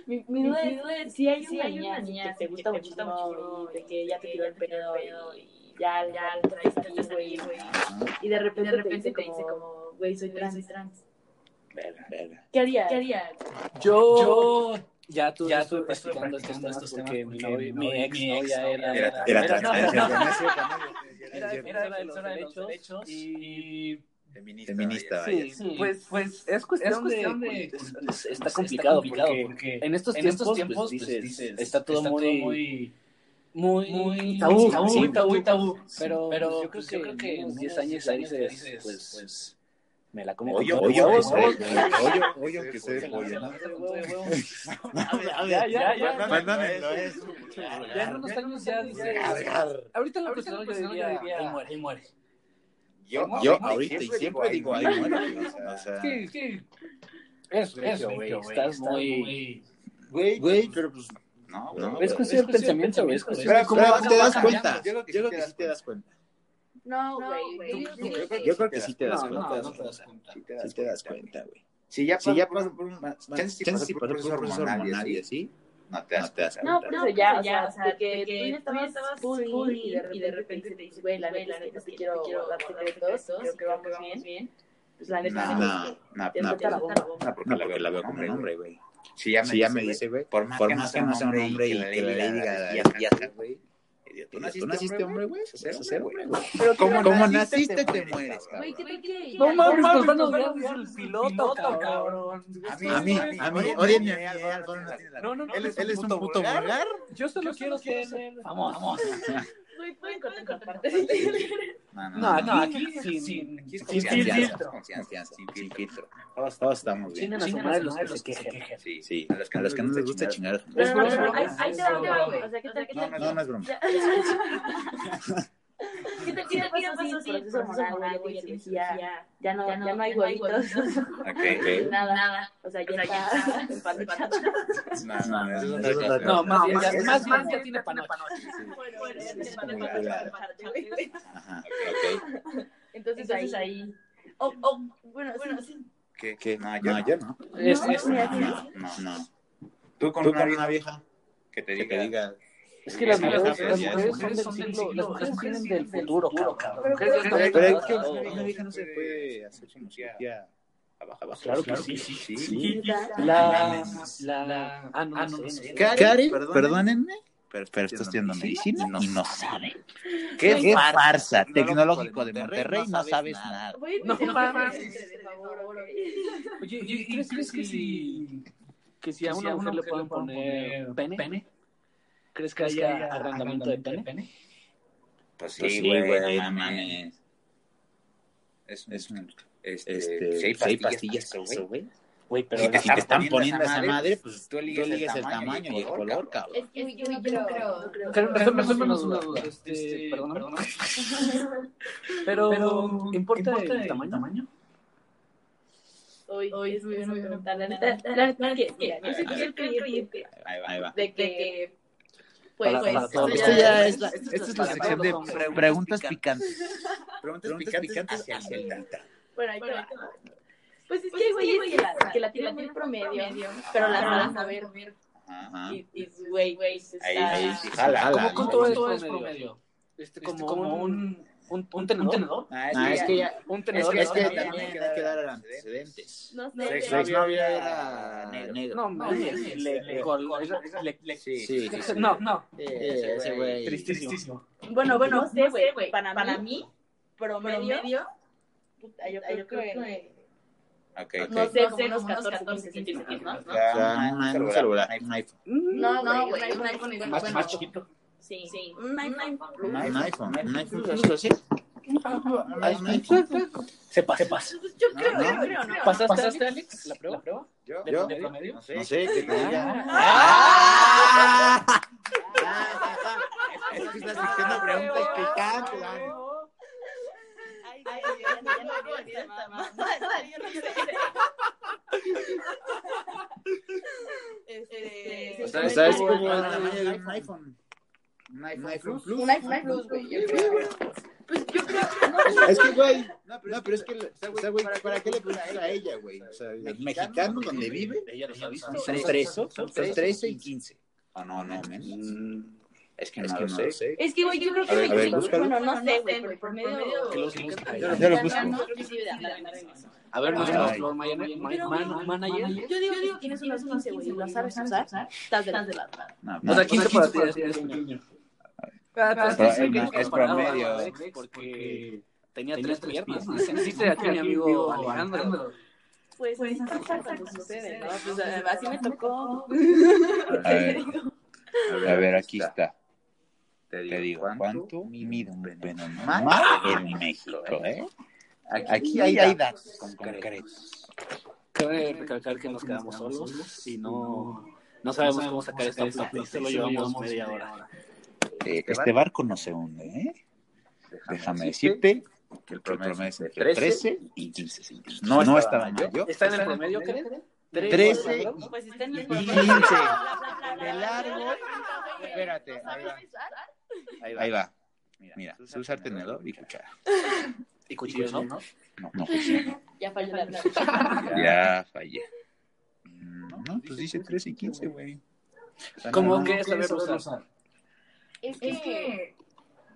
[SPEAKER 5] Mi, mi duda es, si hay una niña, niña que te gusta muchísimo y de que ya te tiró el pedo y ya, ya, lo traes aquí, güey, güey. Y de repente, te dice como, güey, soy trans, soy trans.
[SPEAKER 7] Verga, verga.
[SPEAKER 5] ¿Qué harías? ¿Qué harías?
[SPEAKER 2] Yo ya tú ya estuve
[SPEAKER 6] estuve
[SPEAKER 2] practicando estos
[SPEAKER 6] practicando
[SPEAKER 2] temas
[SPEAKER 6] estos
[SPEAKER 2] porque
[SPEAKER 6] temas
[SPEAKER 2] mi,
[SPEAKER 6] porque
[SPEAKER 2] novia-
[SPEAKER 6] mi
[SPEAKER 2] mi
[SPEAKER 6] novia-
[SPEAKER 2] ex
[SPEAKER 6] mi ex
[SPEAKER 2] novia era,
[SPEAKER 6] novia
[SPEAKER 3] Era
[SPEAKER 7] Era
[SPEAKER 3] era trans.
[SPEAKER 2] no,
[SPEAKER 3] era
[SPEAKER 2] no,
[SPEAKER 3] trans.
[SPEAKER 2] era- era de los
[SPEAKER 6] era de los
[SPEAKER 2] derechos
[SPEAKER 6] derechos
[SPEAKER 2] y,
[SPEAKER 7] Feminista.
[SPEAKER 3] Feminista,
[SPEAKER 7] vaya.
[SPEAKER 3] vaya.
[SPEAKER 2] sí, pues pues es cuestión,
[SPEAKER 6] es cuestión
[SPEAKER 2] de,
[SPEAKER 6] de-
[SPEAKER 2] pues, es- está complicado, porque, en estos
[SPEAKER 6] en
[SPEAKER 2] tiempos,
[SPEAKER 6] estos
[SPEAKER 2] pues,
[SPEAKER 6] tiempos,
[SPEAKER 2] dices,
[SPEAKER 6] pues, dices,
[SPEAKER 2] está todo
[SPEAKER 6] está todo
[SPEAKER 2] muy muy,
[SPEAKER 6] muy
[SPEAKER 2] tabú,
[SPEAKER 6] tabú,
[SPEAKER 2] sí,
[SPEAKER 6] tabú, tabú.
[SPEAKER 2] Pero,
[SPEAKER 6] Pero,
[SPEAKER 2] pues, yo creo
[SPEAKER 6] pues,
[SPEAKER 2] que,
[SPEAKER 6] yo creo que
[SPEAKER 2] en unos
[SPEAKER 6] en
[SPEAKER 2] 10
[SPEAKER 6] unos
[SPEAKER 2] años
[SPEAKER 6] 10
[SPEAKER 2] ahí se
[SPEAKER 6] años
[SPEAKER 2] dices,
[SPEAKER 6] dices,
[SPEAKER 2] pues,
[SPEAKER 6] pues,
[SPEAKER 2] me la como
[SPEAKER 7] Oye,
[SPEAKER 2] con
[SPEAKER 7] oye,
[SPEAKER 2] todo, huevos,
[SPEAKER 7] aunque sea-
[SPEAKER 2] huevos,
[SPEAKER 3] Oye, oye, aunque sea de
[SPEAKER 2] huevos,
[SPEAKER 3] pollo, ¿no?
[SPEAKER 2] huevos, huevos, huevos.
[SPEAKER 3] A ver,
[SPEAKER 2] Ya, ya, ya.
[SPEAKER 3] Mándamelo, es mucho
[SPEAKER 2] Ya en
[SPEAKER 3] vulgar.
[SPEAKER 2] unos años ya dices, ahorita en
[SPEAKER 3] Vulgar.
[SPEAKER 2] lo
[SPEAKER 6] Ahorita en
[SPEAKER 2] personal
[SPEAKER 6] lo
[SPEAKER 2] yo
[SPEAKER 6] personal yo
[SPEAKER 2] diría,
[SPEAKER 6] diría,
[SPEAKER 2] ahí muere, ahí muere.
[SPEAKER 7] Yo,
[SPEAKER 3] Yo ahorita y siempre digo, ay,
[SPEAKER 7] ay,
[SPEAKER 3] bueno. O sea,
[SPEAKER 2] Sí, sí. Es recio, güey. Estás muy.
[SPEAKER 3] Güey, güey, pero pues.
[SPEAKER 7] No,
[SPEAKER 3] No,
[SPEAKER 7] no,
[SPEAKER 2] Es
[SPEAKER 7] pero-
[SPEAKER 2] cuestión del pensamiento, güey. Es cuestión
[SPEAKER 3] Pero ¿cómo
[SPEAKER 4] Pero
[SPEAKER 3] te das
[SPEAKER 4] cambiamos.
[SPEAKER 3] cuenta? Yo creo que sí te das cuenta.
[SPEAKER 5] No, güey. yo digo
[SPEAKER 3] Yo
[SPEAKER 5] que-
[SPEAKER 3] creo- yo creo que sí te das
[SPEAKER 2] No,
[SPEAKER 3] cuenta.
[SPEAKER 2] no,
[SPEAKER 3] te das
[SPEAKER 2] no te
[SPEAKER 3] cuenta.
[SPEAKER 2] das cuenta.
[SPEAKER 7] sí te das
[SPEAKER 3] Sí te das
[SPEAKER 7] cuenta.
[SPEAKER 3] cuenta, güey.
[SPEAKER 7] Si ya
[SPEAKER 3] Si
[SPEAKER 7] pasó
[SPEAKER 3] ya pasó por un... más- más-
[SPEAKER 7] Chances si
[SPEAKER 3] Chances
[SPEAKER 7] pasó
[SPEAKER 3] si
[SPEAKER 7] por
[SPEAKER 3] pasó por un proceso hormonal y así,
[SPEAKER 7] no te das
[SPEAKER 3] no te das
[SPEAKER 7] cuenta.
[SPEAKER 5] No, pero eso ya, o sea, o sea, que, que tú ya estabas full, full y, de repente, te dices, güey, la neta, la neta, te quiero dar secretos, creo que vamos bien. Pues la neta,
[SPEAKER 7] No,
[SPEAKER 5] no,
[SPEAKER 7] no, no,
[SPEAKER 5] te
[SPEAKER 7] no,
[SPEAKER 5] suelta la bomba.
[SPEAKER 7] no, porque
[SPEAKER 3] No, porque la veo como un hombre, güey.
[SPEAKER 7] Si ya me,
[SPEAKER 3] Si ya me dice, güey,
[SPEAKER 7] por más,
[SPEAKER 3] por más que no sea un hombre y que la ley diga,
[SPEAKER 7] y
[SPEAKER 3] ya está,
[SPEAKER 7] güey.
[SPEAKER 3] tú naciste hombre, güey, eso es ser, güey.
[SPEAKER 5] Pero
[SPEAKER 3] Como
[SPEAKER 5] ¿cómo
[SPEAKER 3] como naciste, te mueres, cabrón.
[SPEAKER 5] Güey, ¿qué te quieres?
[SPEAKER 6] No mames, nos van a odiar
[SPEAKER 2] mames,
[SPEAKER 6] el piloto, cabrón.
[SPEAKER 3] A mí, a mí, óyenme a mí, Álvaro no tiene la
[SPEAKER 6] No, no, no.
[SPEAKER 3] Él es, él es un puto vulgar.
[SPEAKER 6] Yo solo quiero ser
[SPEAKER 2] Vamos, vamos.
[SPEAKER 5] Güey, pueden cortar con parte.
[SPEAKER 2] No, no, aquí sin, sin,
[SPEAKER 7] Aquí es
[SPEAKER 2] sin
[SPEAKER 7] confianza,
[SPEAKER 2] filtro.
[SPEAKER 7] confianza, sin filtro.
[SPEAKER 3] Todos, todos estamos bien.
[SPEAKER 2] Chingan a su madre los que se quejen.
[SPEAKER 7] Sí,
[SPEAKER 3] Sí,
[SPEAKER 7] a los que,
[SPEAKER 3] a los que no les gusta
[SPEAKER 7] chingar.
[SPEAKER 3] chingar. a su madre.
[SPEAKER 5] No, no, no, no, ahí ahí te va, te va, güey. O sea, ¿qué tal, qué
[SPEAKER 7] No,
[SPEAKER 5] tal?
[SPEAKER 7] no,
[SPEAKER 3] No, no es broma.
[SPEAKER 5] ¿Qué tal, qué tal pasó sin proceso hormonal, güey, ya tienes cirugía, ya no, ya no hay huevitos,
[SPEAKER 7] Ok,
[SPEAKER 5] nada, nada. O sea, ya está en pan de chato.
[SPEAKER 7] ok. No, no, no, eso es
[SPEAKER 3] No,
[SPEAKER 7] otra cosa.
[SPEAKER 2] No, más bien,
[SPEAKER 7] Eso
[SPEAKER 2] ya-
[SPEAKER 7] es
[SPEAKER 2] más
[SPEAKER 7] otra
[SPEAKER 2] bien ya tiene panoche.
[SPEAKER 5] Bueno, bueno, ya tienes pan de pato, pan de pato, güey.
[SPEAKER 7] cosa. Ajá, ok.
[SPEAKER 5] Entonces, ahí. O, o, bueno, bueno, sí.
[SPEAKER 7] ¿Qué, qué? No, yo
[SPEAKER 3] No,
[SPEAKER 7] no.
[SPEAKER 3] yo no.
[SPEAKER 2] Es, es,
[SPEAKER 5] No, mira,
[SPEAKER 7] No, no, no. Tú con
[SPEAKER 3] Tú con
[SPEAKER 7] una
[SPEAKER 3] una vieja
[SPEAKER 7] que te
[SPEAKER 3] que te
[SPEAKER 7] diga.
[SPEAKER 3] diga,
[SPEAKER 2] es que las
[SPEAKER 7] Es que las
[SPEAKER 2] mujeres, las
[SPEAKER 7] mujeres
[SPEAKER 2] mujeres son del siglo, las mujeres vienen del futuro, cabrón.
[SPEAKER 5] Pero
[SPEAKER 2] Mujeres
[SPEAKER 5] creo-
[SPEAKER 2] ya
[SPEAKER 3] pero
[SPEAKER 2] están
[SPEAKER 3] es que
[SPEAKER 2] avanzadas,
[SPEAKER 3] una
[SPEAKER 2] ¿no?
[SPEAKER 3] vieja, vieja no se puede hacer cirugía abajo, abajo.
[SPEAKER 2] Claro que sí.
[SPEAKER 7] Sí,
[SPEAKER 3] Sí.
[SPEAKER 2] La, la, ah, no, no sé.
[SPEAKER 3] Karen, perdónenme, pero, pero está estudiando medicina y no sabe. ¿Qué, qué farsa? Tecnológico de Monterrey, no sabes nada.
[SPEAKER 5] Voy a
[SPEAKER 2] No,
[SPEAKER 5] empezar
[SPEAKER 2] mames.
[SPEAKER 5] por este, de favor, güey.
[SPEAKER 2] Oye, ¿y crees, crees que si, que si a una mujer le pueden poner pene? ¿Crees que haya agrandamiento de pene?
[SPEAKER 7] Pues
[SPEAKER 3] Pues
[SPEAKER 7] sí,
[SPEAKER 3] sí, güey,
[SPEAKER 7] güey, no
[SPEAKER 3] no
[SPEAKER 7] mames. Es un,
[SPEAKER 3] Es un,
[SPEAKER 7] este,
[SPEAKER 3] este,
[SPEAKER 7] si hay
[SPEAKER 3] si hay pastillas,
[SPEAKER 7] pastillas para
[SPEAKER 3] eso,
[SPEAKER 7] eso,
[SPEAKER 3] güey.
[SPEAKER 2] Güey,
[SPEAKER 3] Pero si
[SPEAKER 2] pero
[SPEAKER 3] te
[SPEAKER 7] están
[SPEAKER 3] están
[SPEAKER 7] poniendo
[SPEAKER 3] poniendo
[SPEAKER 7] esa
[SPEAKER 3] esa madre, pues
[SPEAKER 7] tú
[SPEAKER 3] tú
[SPEAKER 7] eliges
[SPEAKER 3] eliges el tamaño y el color, cabrón.
[SPEAKER 5] Es que yo no creo, no creo.
[SPEAKER 2] Karen,
[SPEAKER 6] Resuélvenos
[SPEAKER 2] resuélvenos
[SPEAKER 6] una
[SPEAKER 2] una
[SPEAKER 6] duda.
[SPEAKER 2] duda.
[SPEAKER 6] Este,
[SPEAKER 2] Este,
[SPEAKER 6] perdón.
[SPEAKER 2] perdón. Pero, ¿importa, el tamaño?
[SPEAKER 5] Hoy, hoy es muy bueno preguntar. La neta, la neta, que, que, yo sí quiero creer
[SPEAKER 3] Ahí va, ahí va.
[SPEAKER 5] de que, pues,
[SPEAKER 2] Para-
[SPEAKER 5] pues,
[SPEAKER 2] para todos.
[SPEAKER 5] esto
[SPEAKER 3] Esto ya
[SPEAKER 5] es-
[SPEAKER 3] es la, esta es la sección de pre- preguntas picantes. Preguntas picantes hacia el delta.
[SPEAKER 5] Bueno, ahí te va. Pues es que hay güeyes que la, que la tienen muy promedio, pero la van a saber.
[SPEAKER 3] Ajá.
[SPEAKER 5] Y, y, güey, güey, está...
[SPEAKER 7] Ahí, ahí, sí,
[SPEAKER 3] Jala,
[SPEAKER 7] jala.
[SPEAKER 3] jala.
[SPEAKER 2] ¿Cómo cuánto
[SPEAKER 6] ¿no?
[SPEAKER 2] es
[SPEAKER 6] ¿Cuánto es
[SPEAKER 2] promedio? Este,
[SPEAKER 6] Este,
[SPEAKER 2] como,
[SPEAKER 6] como
[SPEAKER 2] un, un, un tenedor.
[SPEAKER 3] Ah, es que ya,
[SPEAKER 2] Un
[SPEAKER 3] es
[SPEAKER 2] tenedor.
[SPEAKER 3] que, es que
[SPEAKER 2] de-
[SPEAKER 3] también hay que dar antecedentes.
[SPEAKER 5] No
[SPEAKER 3] Su
[SPEAKER 5] sé,
[SPEAKER 7] Sexo.
[SPEAKER 5] pero-
[SPEAKER 3] exnovia era negro.
[SPEAKER 2] No, mames, le, le, col- le- le-
[SPEAKER 7] Sí,
[SPEAKER 3] Sí, sí, sí.
[SPEAKER 2] no, no.
[SPEAKER 3] Sí, ese güey.
[SPEAKER 2] Tristísimo.
[SPEAKER 5] Bueno, bueno, no sé, güey, para, para mí, promedio, puta, yo, yo creo que...
[SPEAKER 7] Ok,
[SPEAKER 5] No
[SPEAKER 7] ok.
[SPEAKER 5] sé, como unos 14, 15 centímetros, ¿no?
[SPEAKER 7] O
[SPEAKER 5] ¿no?
[SPEAKER 3] O sea,
[SPEAKER 7] sea,
[SPEAKER 3] Ah, un- un celular, un iPhone.
[SPEAKER 5] No, no, güey, un iPhone es
[SPEAKER 2] Más,
[SPEAKER 5] bueno.
[SPEAKER 2] más chiquito.
[SPEAKER 5] Sí, sí. Un iPhone.
[SPEAKER 3] Un iPhone, un iPhone. sí.
[SPEAKER 2] Un
[SPEAKER 6] Pues
[SPEAKER 2] iPhone. Se pasa. Se pasa.
[SPEAKER 5] Pues Yo creo, yo
[SPEAKER 6] eh,
[SPEAKER 5] creo, ¿no?
[SPEAKER 2] ¿Pasaste, ¿Pasaste, Alex? ¿La prueba? ¿La prueba?
[SPEAKER 7] Yo,
[SPEAKER 2] ¿De
[SPEAKER 3] Yo,
[SPEAKER 2] de promedio?
[SPEAKER 7] no
[SPEAKER 3] No
[SPEAKER 7] sé.
[SPEAKER 3] sé, que te diga.
[SPEAKER 2] ¡Ah!
[SPEAKER 3] Es que estás haciendo preguntas picantes. ¿no?
[SPEAKER 5] Ay, ay, ay, ya no- ya no voy a decir esta mamada, yo no sé. Este,
[SPEAKER 3] O sea,
[SPEAKER 5] ¿sabes
[SPEAKER 3] ¿sabes
[SPEAKER 5] cómo
[SPEAKER 3] cómo es el
[SPEAKER 5] era?
[SPEAKER 3] tamaño de un iPhone? Un iPhone Plus.
[SPEAKER 5] Un iPhone Plus, güey, yo creo. Pues yo creo,
[SPEAKER 3] Es que, güey. No, pero, es que, le- o sea, güey, ¿para qué le pones a ella, güey? O sea, el mexicano donde vive,
[SPEAKER 2] Ella los avisa.
[SPEAKER 3] son 13, son 13 y 15.
[SPEAKER 7] Ah, no, no, menos.
[SPEAKER 3] Mm, Es
[SPEAKER 7] que no lo sé.
[SPEAKER 5] Es que, güey, yo creo que
[SPEAKER 7] A ver, a ver,
[SPEAKER 5] 25,
[SPEAKER 3] búscalo.
[SPEAKER 5] bueno, no sé, güey, por medio...
[SPEAKER 2] Que los busca.
[SPEAKER 3] Yo lo busco.
[SPEAKER 5] No, creo que sí, la- la- la- la-
[SPEAKER 2] A ver,
[SPEAKER 3] Ay.
[SPEAKER 2] nuestro floor man- man- man- manager.
[SPEAKER 5] Yo digo que tienes unos 15, güey, y lo sabes usar, estás del lado.
[SPEAKER 3] No,
[SPEAKER 2] O sea,
[SPEAKER 3] aquí
[SPEAKER 2] 15 para ti es es pequeño. Pero
[SPEAKER 7] es-
[SPEAKER 2] sí que
[SPEAKER 7] es- es
[SPEAKER 2] comparado
[SPEAKER 7] promedio.
[SPEAKER 2] a Alex, Porque tenía tres piernas. Hiciste aquí mi amigo Alejandro.
[SPEAKER 5] Pues así pasa cuando sucede, ¿no? Pues eh, así me tocó.
[SPEAKER 7] A ver, a ver, aquí está.
[SPEAKER 3] Te
[SPEAKER 7] Te digo, ¿cuánto mide un pene normal
[SPEAKER 3] normal
[SPEAKER 7] en México, eh?
[SPEAKER 3] Aquí hay, hay datos concretos.
[SPEAKER 2] Cabe recalcar que nos quedamos solos y no, no sabemos cómo sacar esta plata. Solo llevamos media hora.
[SPEAKER 7] Eh, Este barco no se hunde, ¿eh? Déjame decirte que el promedio es entre 13 y 15 centímetros. No,
[SPEAKER 3] No
[SPEAKER 7] estaba
[SPEAKER 3] estaba
[SPEAKER 7] mal.
[SPEAKER 3] yo.
[SPEAKER 2] ¿Está en el promedio, Karen?
[SPEAKER 3] 13
[SPEAKER 5] Pues si está en el
[SPEAKER 3] y 15. Del árbol. Espérate, ahí va. Ahí va. Mira, se usa tenedor y cuchara.
[SPEAKER 2] Y cuchillos, ¿no?
[SPEAKER 3] No, no, cuchillo no.
[SPEAKER 5] Ya falló la
[SPEAKER 3] Ya fallé. Mm, No, pues dice 13 y 15, güey. O sea,
[SPEAKER 2] Como
[SPEAKER 3] no,
[SPEAKER 2] que saber usar.
[SPEAKER 5] Es que.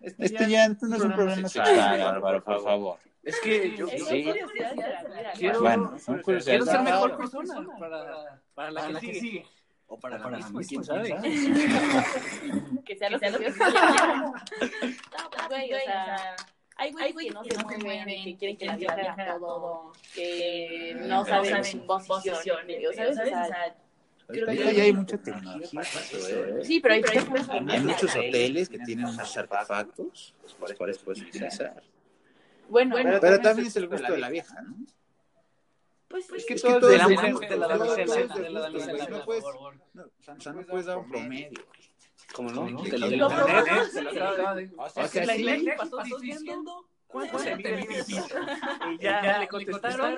[SPEAKER 3] Este ya este no es un problema sexual, Álvaro, por favor.
[SPEAKER 2] Es que yo
[SPEAKER 5] Es
[SPEAKER 2] sí.
[SPEAKER 5] curiosidad de la vida.
[SPEAKER 2] quiero,
[SPEAKER 3] Bueno, son
[SPEAKER 2] quiero ser
[SPEAKER 3] curiosidades.
[SPEAKER 2] mejor persona para, para la, que, sigue. O para, la misma, quién sabe.
[SPEAKER 5] Que sea lo que sea. No, pues, güey, o sea. Hay güeyes que no se mueven, que quieren que la vida haga todo, que no saben sus posiciones, o sea, ¿sabes? O sea, creo
[SPEAKER 3] Ahorita
[SPEAKER 5] que-
[SPEAKER 3] ya hay mucha tecnología para eso, ¿eh?
[SPEAKER 5] Sí, pero hay
[SPEAKER 3] Hay muchos hoteles que tienen unos artefactos los cuales puedes utilizar.
[SPEAKER 5] Bueno,
[SPEAKER 3] Pero, pero también es el gusto de la vieja, ¿no?
[SPEAKER 5] pues sí.
[SPEAKER 3] que
[SPEAKER 2] todo
[SPEAKER 3] todos
[SPEAKER 2] de la
[SPEAKER 3] tenemos-
[SPEAKER 2] mujer, de la
[SPEAKER 3] todos-
[SPEAKER 2] damisela,
[SPEAKER 3] todos
[SPEAKER 2] de la
[SPEAKER 3] gustos,
[SPEAKER 2] damisela,
[SPEAKER 3] güey.
[SPEAKER 2] por
[SPEAKER 3] No puedes, no, o sea, no puedes dar un promedio.
[SPEAKER 2] Como no,
[SPEAKER 3] Sí,
[SPEAKER 2] te lo
[SPEAKER 3] sí.
[SPEAKER 2] digo.
[SPEAKER 5] Lo probamos.
[SPEAKER 2] Se lo acaba de-
[SPEAKER 3] O
[SPEAKER 2] O sea,
[SPEAKER 3] sí,
[SPEAKER 2] la Inegi pasó diciendo cuánto se mide el pito. Y ya le contestaron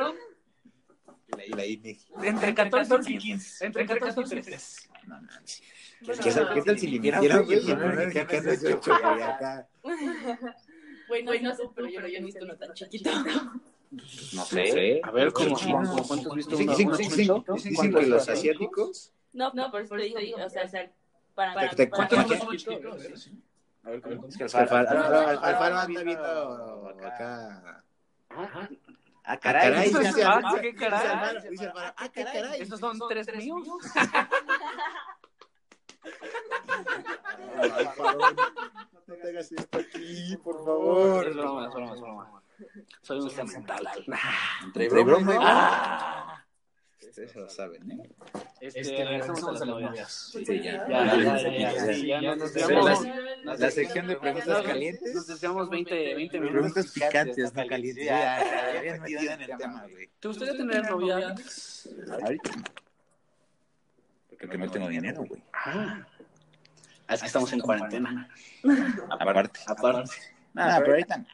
[SPEAKER 3] la- la INEGI.
[SPEAKER 2] entre 14 y 15. Entre 14 y 13.
[SPEAKER 3] No, no, sí.
[SPEAKER 5] Bueno,
[SPEAKER 3] ¿Qué tal-
[SPEAKER 5] no,
[SPEAKER 3] ¿Qué tal si le mintieran, güey? Y el primero mexicano es ocho, güey, acá.
[SPEAKER 5] Bueno, no sé tú, pero yo no he visto uno tan chiquito.
[SPEAKER 3] No sé.
[SPEAKER 2] A ver, ¿cómo,
[SPEAKER 3] Los chinos.
[SPEAKER 2] cómo- cuánto has visto?
[SPEAKER 3] Dicen,
[SPEAKER 2] uno-
[SPEAKER 3] dicen-
[SPEAKER 2] uno
[SPEAKER 3] dicen-
[SPEAKER 2] chiquito?
[SPEAKER 3] dicen
[SPEAKER 2] ¿Cuánto
[SPEAKER 3] que
[SPEAKER 2] es
[SPEAKER 3] los
[SPEAKER 2] para ti?
[SPEAKER 3] asiáticos...
[SPEAKER 5] No, no, por eso te digo, digo, o sea, o sea, para,
[SPEAKER 3] Te-
[SPEAKER 5] para,
[SPEAKER 3] te
[SPEAKER 5] para-
[SPEAKER 3] cuento
[SPEAKER 5] para-
[SPEAKER 3] aquí.
[SPEAKER 2] chiquito, ¿eh?
[SPEAKER 3] A ver, ¿cómo? Es que
[SPEAKER 7] Alfaro-
[SPEAKER 3] Alfaro
[SPEAKER 5] Alfaro-
[SPEAKER 3] Alfaro- Alfaro anda viendo acá. Ah, caray.
[SPEAKER 2] Eso es-
[SPEAKER 3] dice
[SPEAKER 2] ah,
[SPEAKER 3] Alfaro-
[SPEAKER 2] qué
[SPEAKER 3] dice
[SPEAKER 2] caray.
[SPEAKER 3] Alfaro- dice Alfaro, Ah, qué caray.
[SPEAKER 2] Esos son tres míos.
[SPEAKER 3] Ay, Alfaro, No te hagas esto aquí, por favor.
[SPEAKER 2] Es broma, es broma, es broma. Soy un semental.
[SPEAKER 3] Entre broma y broma.
[SPEAKER 2] Ah,
[SPEAKER 3] Ustedes se lo saben, ¿eh?
[SPEAKER 2] este, regresamos a las novias.
[SPEAKER 3] Sí, ya.
[SPEAKER 2] Ya, ya, ya,
[SPEAKER 3] Ya,
[SPEAKER 2] ya,
[SPEAKER 3] ya.
[SPEAKER 2] sí, ya nos
[SPEAKER 3] Pero
[SPEAKER 2] desviamos.
[SPEAKER 3] las- La sección de preguntas calientes.
[SPEAKER 2] Nos deseamos 20, 20 minutos.
[SPEAKER 3] Preguntas picantes, no calientes. Ya, ya, ya, bien metida en el tema, güey.
[SPEAKER 2] ¿Te gustaría tener novia?
[SPEAKER 3] Ahorita no. Porque no tengo dinero, güey.
[SPEAKER 2] Ah, es que estamos en cuarentena.
[SPEAKER 3] Aparte.
[SPEAKER 2] Aparte.
[SPEAKER 3] Nada, pero ahorita no.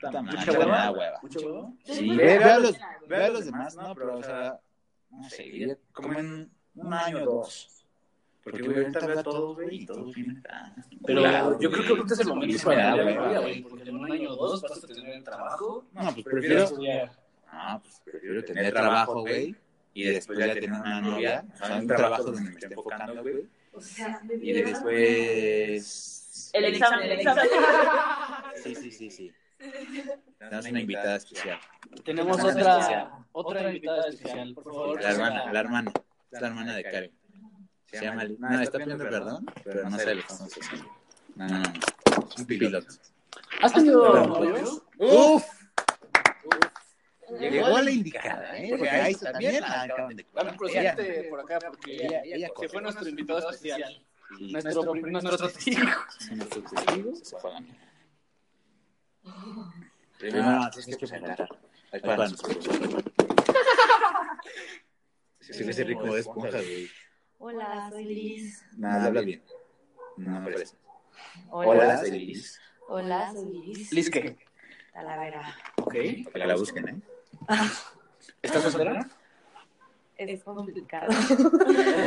[SPEAKER 3] Puta madre,
[SPEAKER 2] ¿Mucha hueva?
[SPEAKER 3] me da hueva.
[SPEAKER 2] ¿Mucho huevo?
[SPEAKER 3] Sí,
[SPEAKER 5] Pero-
[SPEAKER 3] veo, a los,
[SPEAKER 5] pero-
[SPEAKER 3] veo a los demás, no, pero, o sea, no sé, ya como en un año o dos. Porque, güey, ahorita veo a todos, güey, y todos vienen acá.
[SPEAKER 2] Pero
[SPEAKER 3] Claro,
[SPEAKER 2] yo
[SPEAKER 3] güey.
[SPEAKER 2] creo que ahorita es el momento
[SPEAKER 3] Sí, me da
[SPEAKER 2] para tener
[SPEAKER 3] hueva,
[SPEAKER 2] novia,
[SPEAKER 3] güey.
[SPEAKER 2] güey. Porque en un año o dos vas a tener el trabajo.
[SPEAKER 3] No, pues
[SPEAKER 2] Prefiero
[SPEAKER 3] prefiero,
[SPEAKER 2] estudiar.
[SPEAKER 3] no, pues prefiero tener trabajo, güey, y después ya tener una novia, o sea, un trabajo donde me esté enfocando, güey,
[SPEAKER 5] o sea,
[SPEAKER 3] y después...
[SPEAKER 5] El examen, el examen.
[SPEAKER 3] Sí, sí, sí, sí. Tenemos una invitada especial.
[SPEAKER 2] Tenemos otra, otra invitada especial, por favor.
[SPEAKER 3] La hermana, la hermana. Es la hermana de Karen. Se llama... No, está pidiendo perdón, pero no sé lo que estamos haciendo. No, no, no. Es un piloto.
[SPEAKER 2] ¿Has tenido novios?
[SPEAKER 3] ¡Uf!
[SPEAKER 5] Llegó
[SPEAKER 3] Llegó la indicada, ¿eh? Porque ahí también la acaban de
[SPEAKER 2] Vamos,
[SPEAKER 3] Ella-
[SPEAKER 2] procedente por acá porque
[SPEAKER 3] ella- ella
[SPEAKER 2] se fue
[SPEAKER 3] corrió.
[SPEAKER 2] nuestro invitado especial.
[SPEAKER 3] Sí,
[SPEAKER 2] Nuestro, nuestro tío.
[SPEAKER 3] nuestros testigos se fue a la mierda. Primero, no, Ah, tienes que presentar. Ahí para nosotros. Sí, le hace rico de esponja, güey.
[SPEAKER 5] Hola, soy Liz.
[SPEAKER 3] Nada, habla bien. No, pues. me parece. soy Liz.
[SPEAKER 5] Hola, soy Liz.
[SPEAKER 2] Lisque.
[SPEAKER 5] Talavera.
[SPEAKER 2] Ok.
[SPEAKER 3] Para que la busquen, ¿eh?
[SPEAKER 2] ¿Estás soltera?
[SPEAKER 5] Es complicado.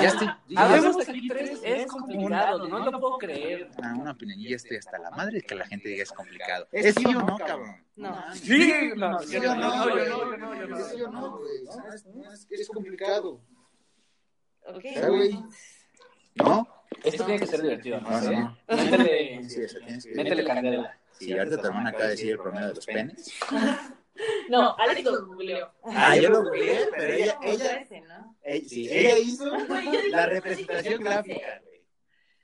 [SPEAKER 3] Ya estoy.
[SPEAKER 2] Habemos aquí tres. Es complicado, no lo puedo creer.
[SPEAKER 3] Ah, una opinión. Ya estoy hasta la madre que la gente diga es complicado. ¿Es sí o no, cabrón?
[SPEAKER 5] No.
[SPEAKER 2] Sí, no,
[SPEAKER 3] Sí o no,
[SPEAKER 2] yo
[SPEAKER 3] güey.
[SPEAKER 2] no, yo no, yo no.
[SPEAKER 3] Sí o no, güey. No, es- no, es- Es complicado.
[SPEAKER 5] Ok.
[SPEAKER 3] Ya, güey. ¿No?
[SPEAKER 2] Esto tiene que ser divertido, ¿no?
[SPEAKER 3] No, Ah, no.
[SPEAKER 2] Métele,
[SPEAKER 3] Sí, o sea, tienes que-
[SPEAKER 2] métele candela.
[SPEAKER 3] Sí, ahorita tu hermana acaba de decir el promedio de los penes.
[SPEAKER 5] No, Alex lo googleó.
[SPEAKER 3] Ah, yo lo vi, pero ella, ella,
[SPEAKER 5] Trece, ¿no?
[SPEAKER 3] ella, sí, ella hizo
[SPEAKER 5] Güey, yo dije
[SPEAKER 3] la
[SPEAKER 5] que
[SPEAKER 3] representación
[SPEAKER 5] quince.
[SPEAKER 3] gráfica.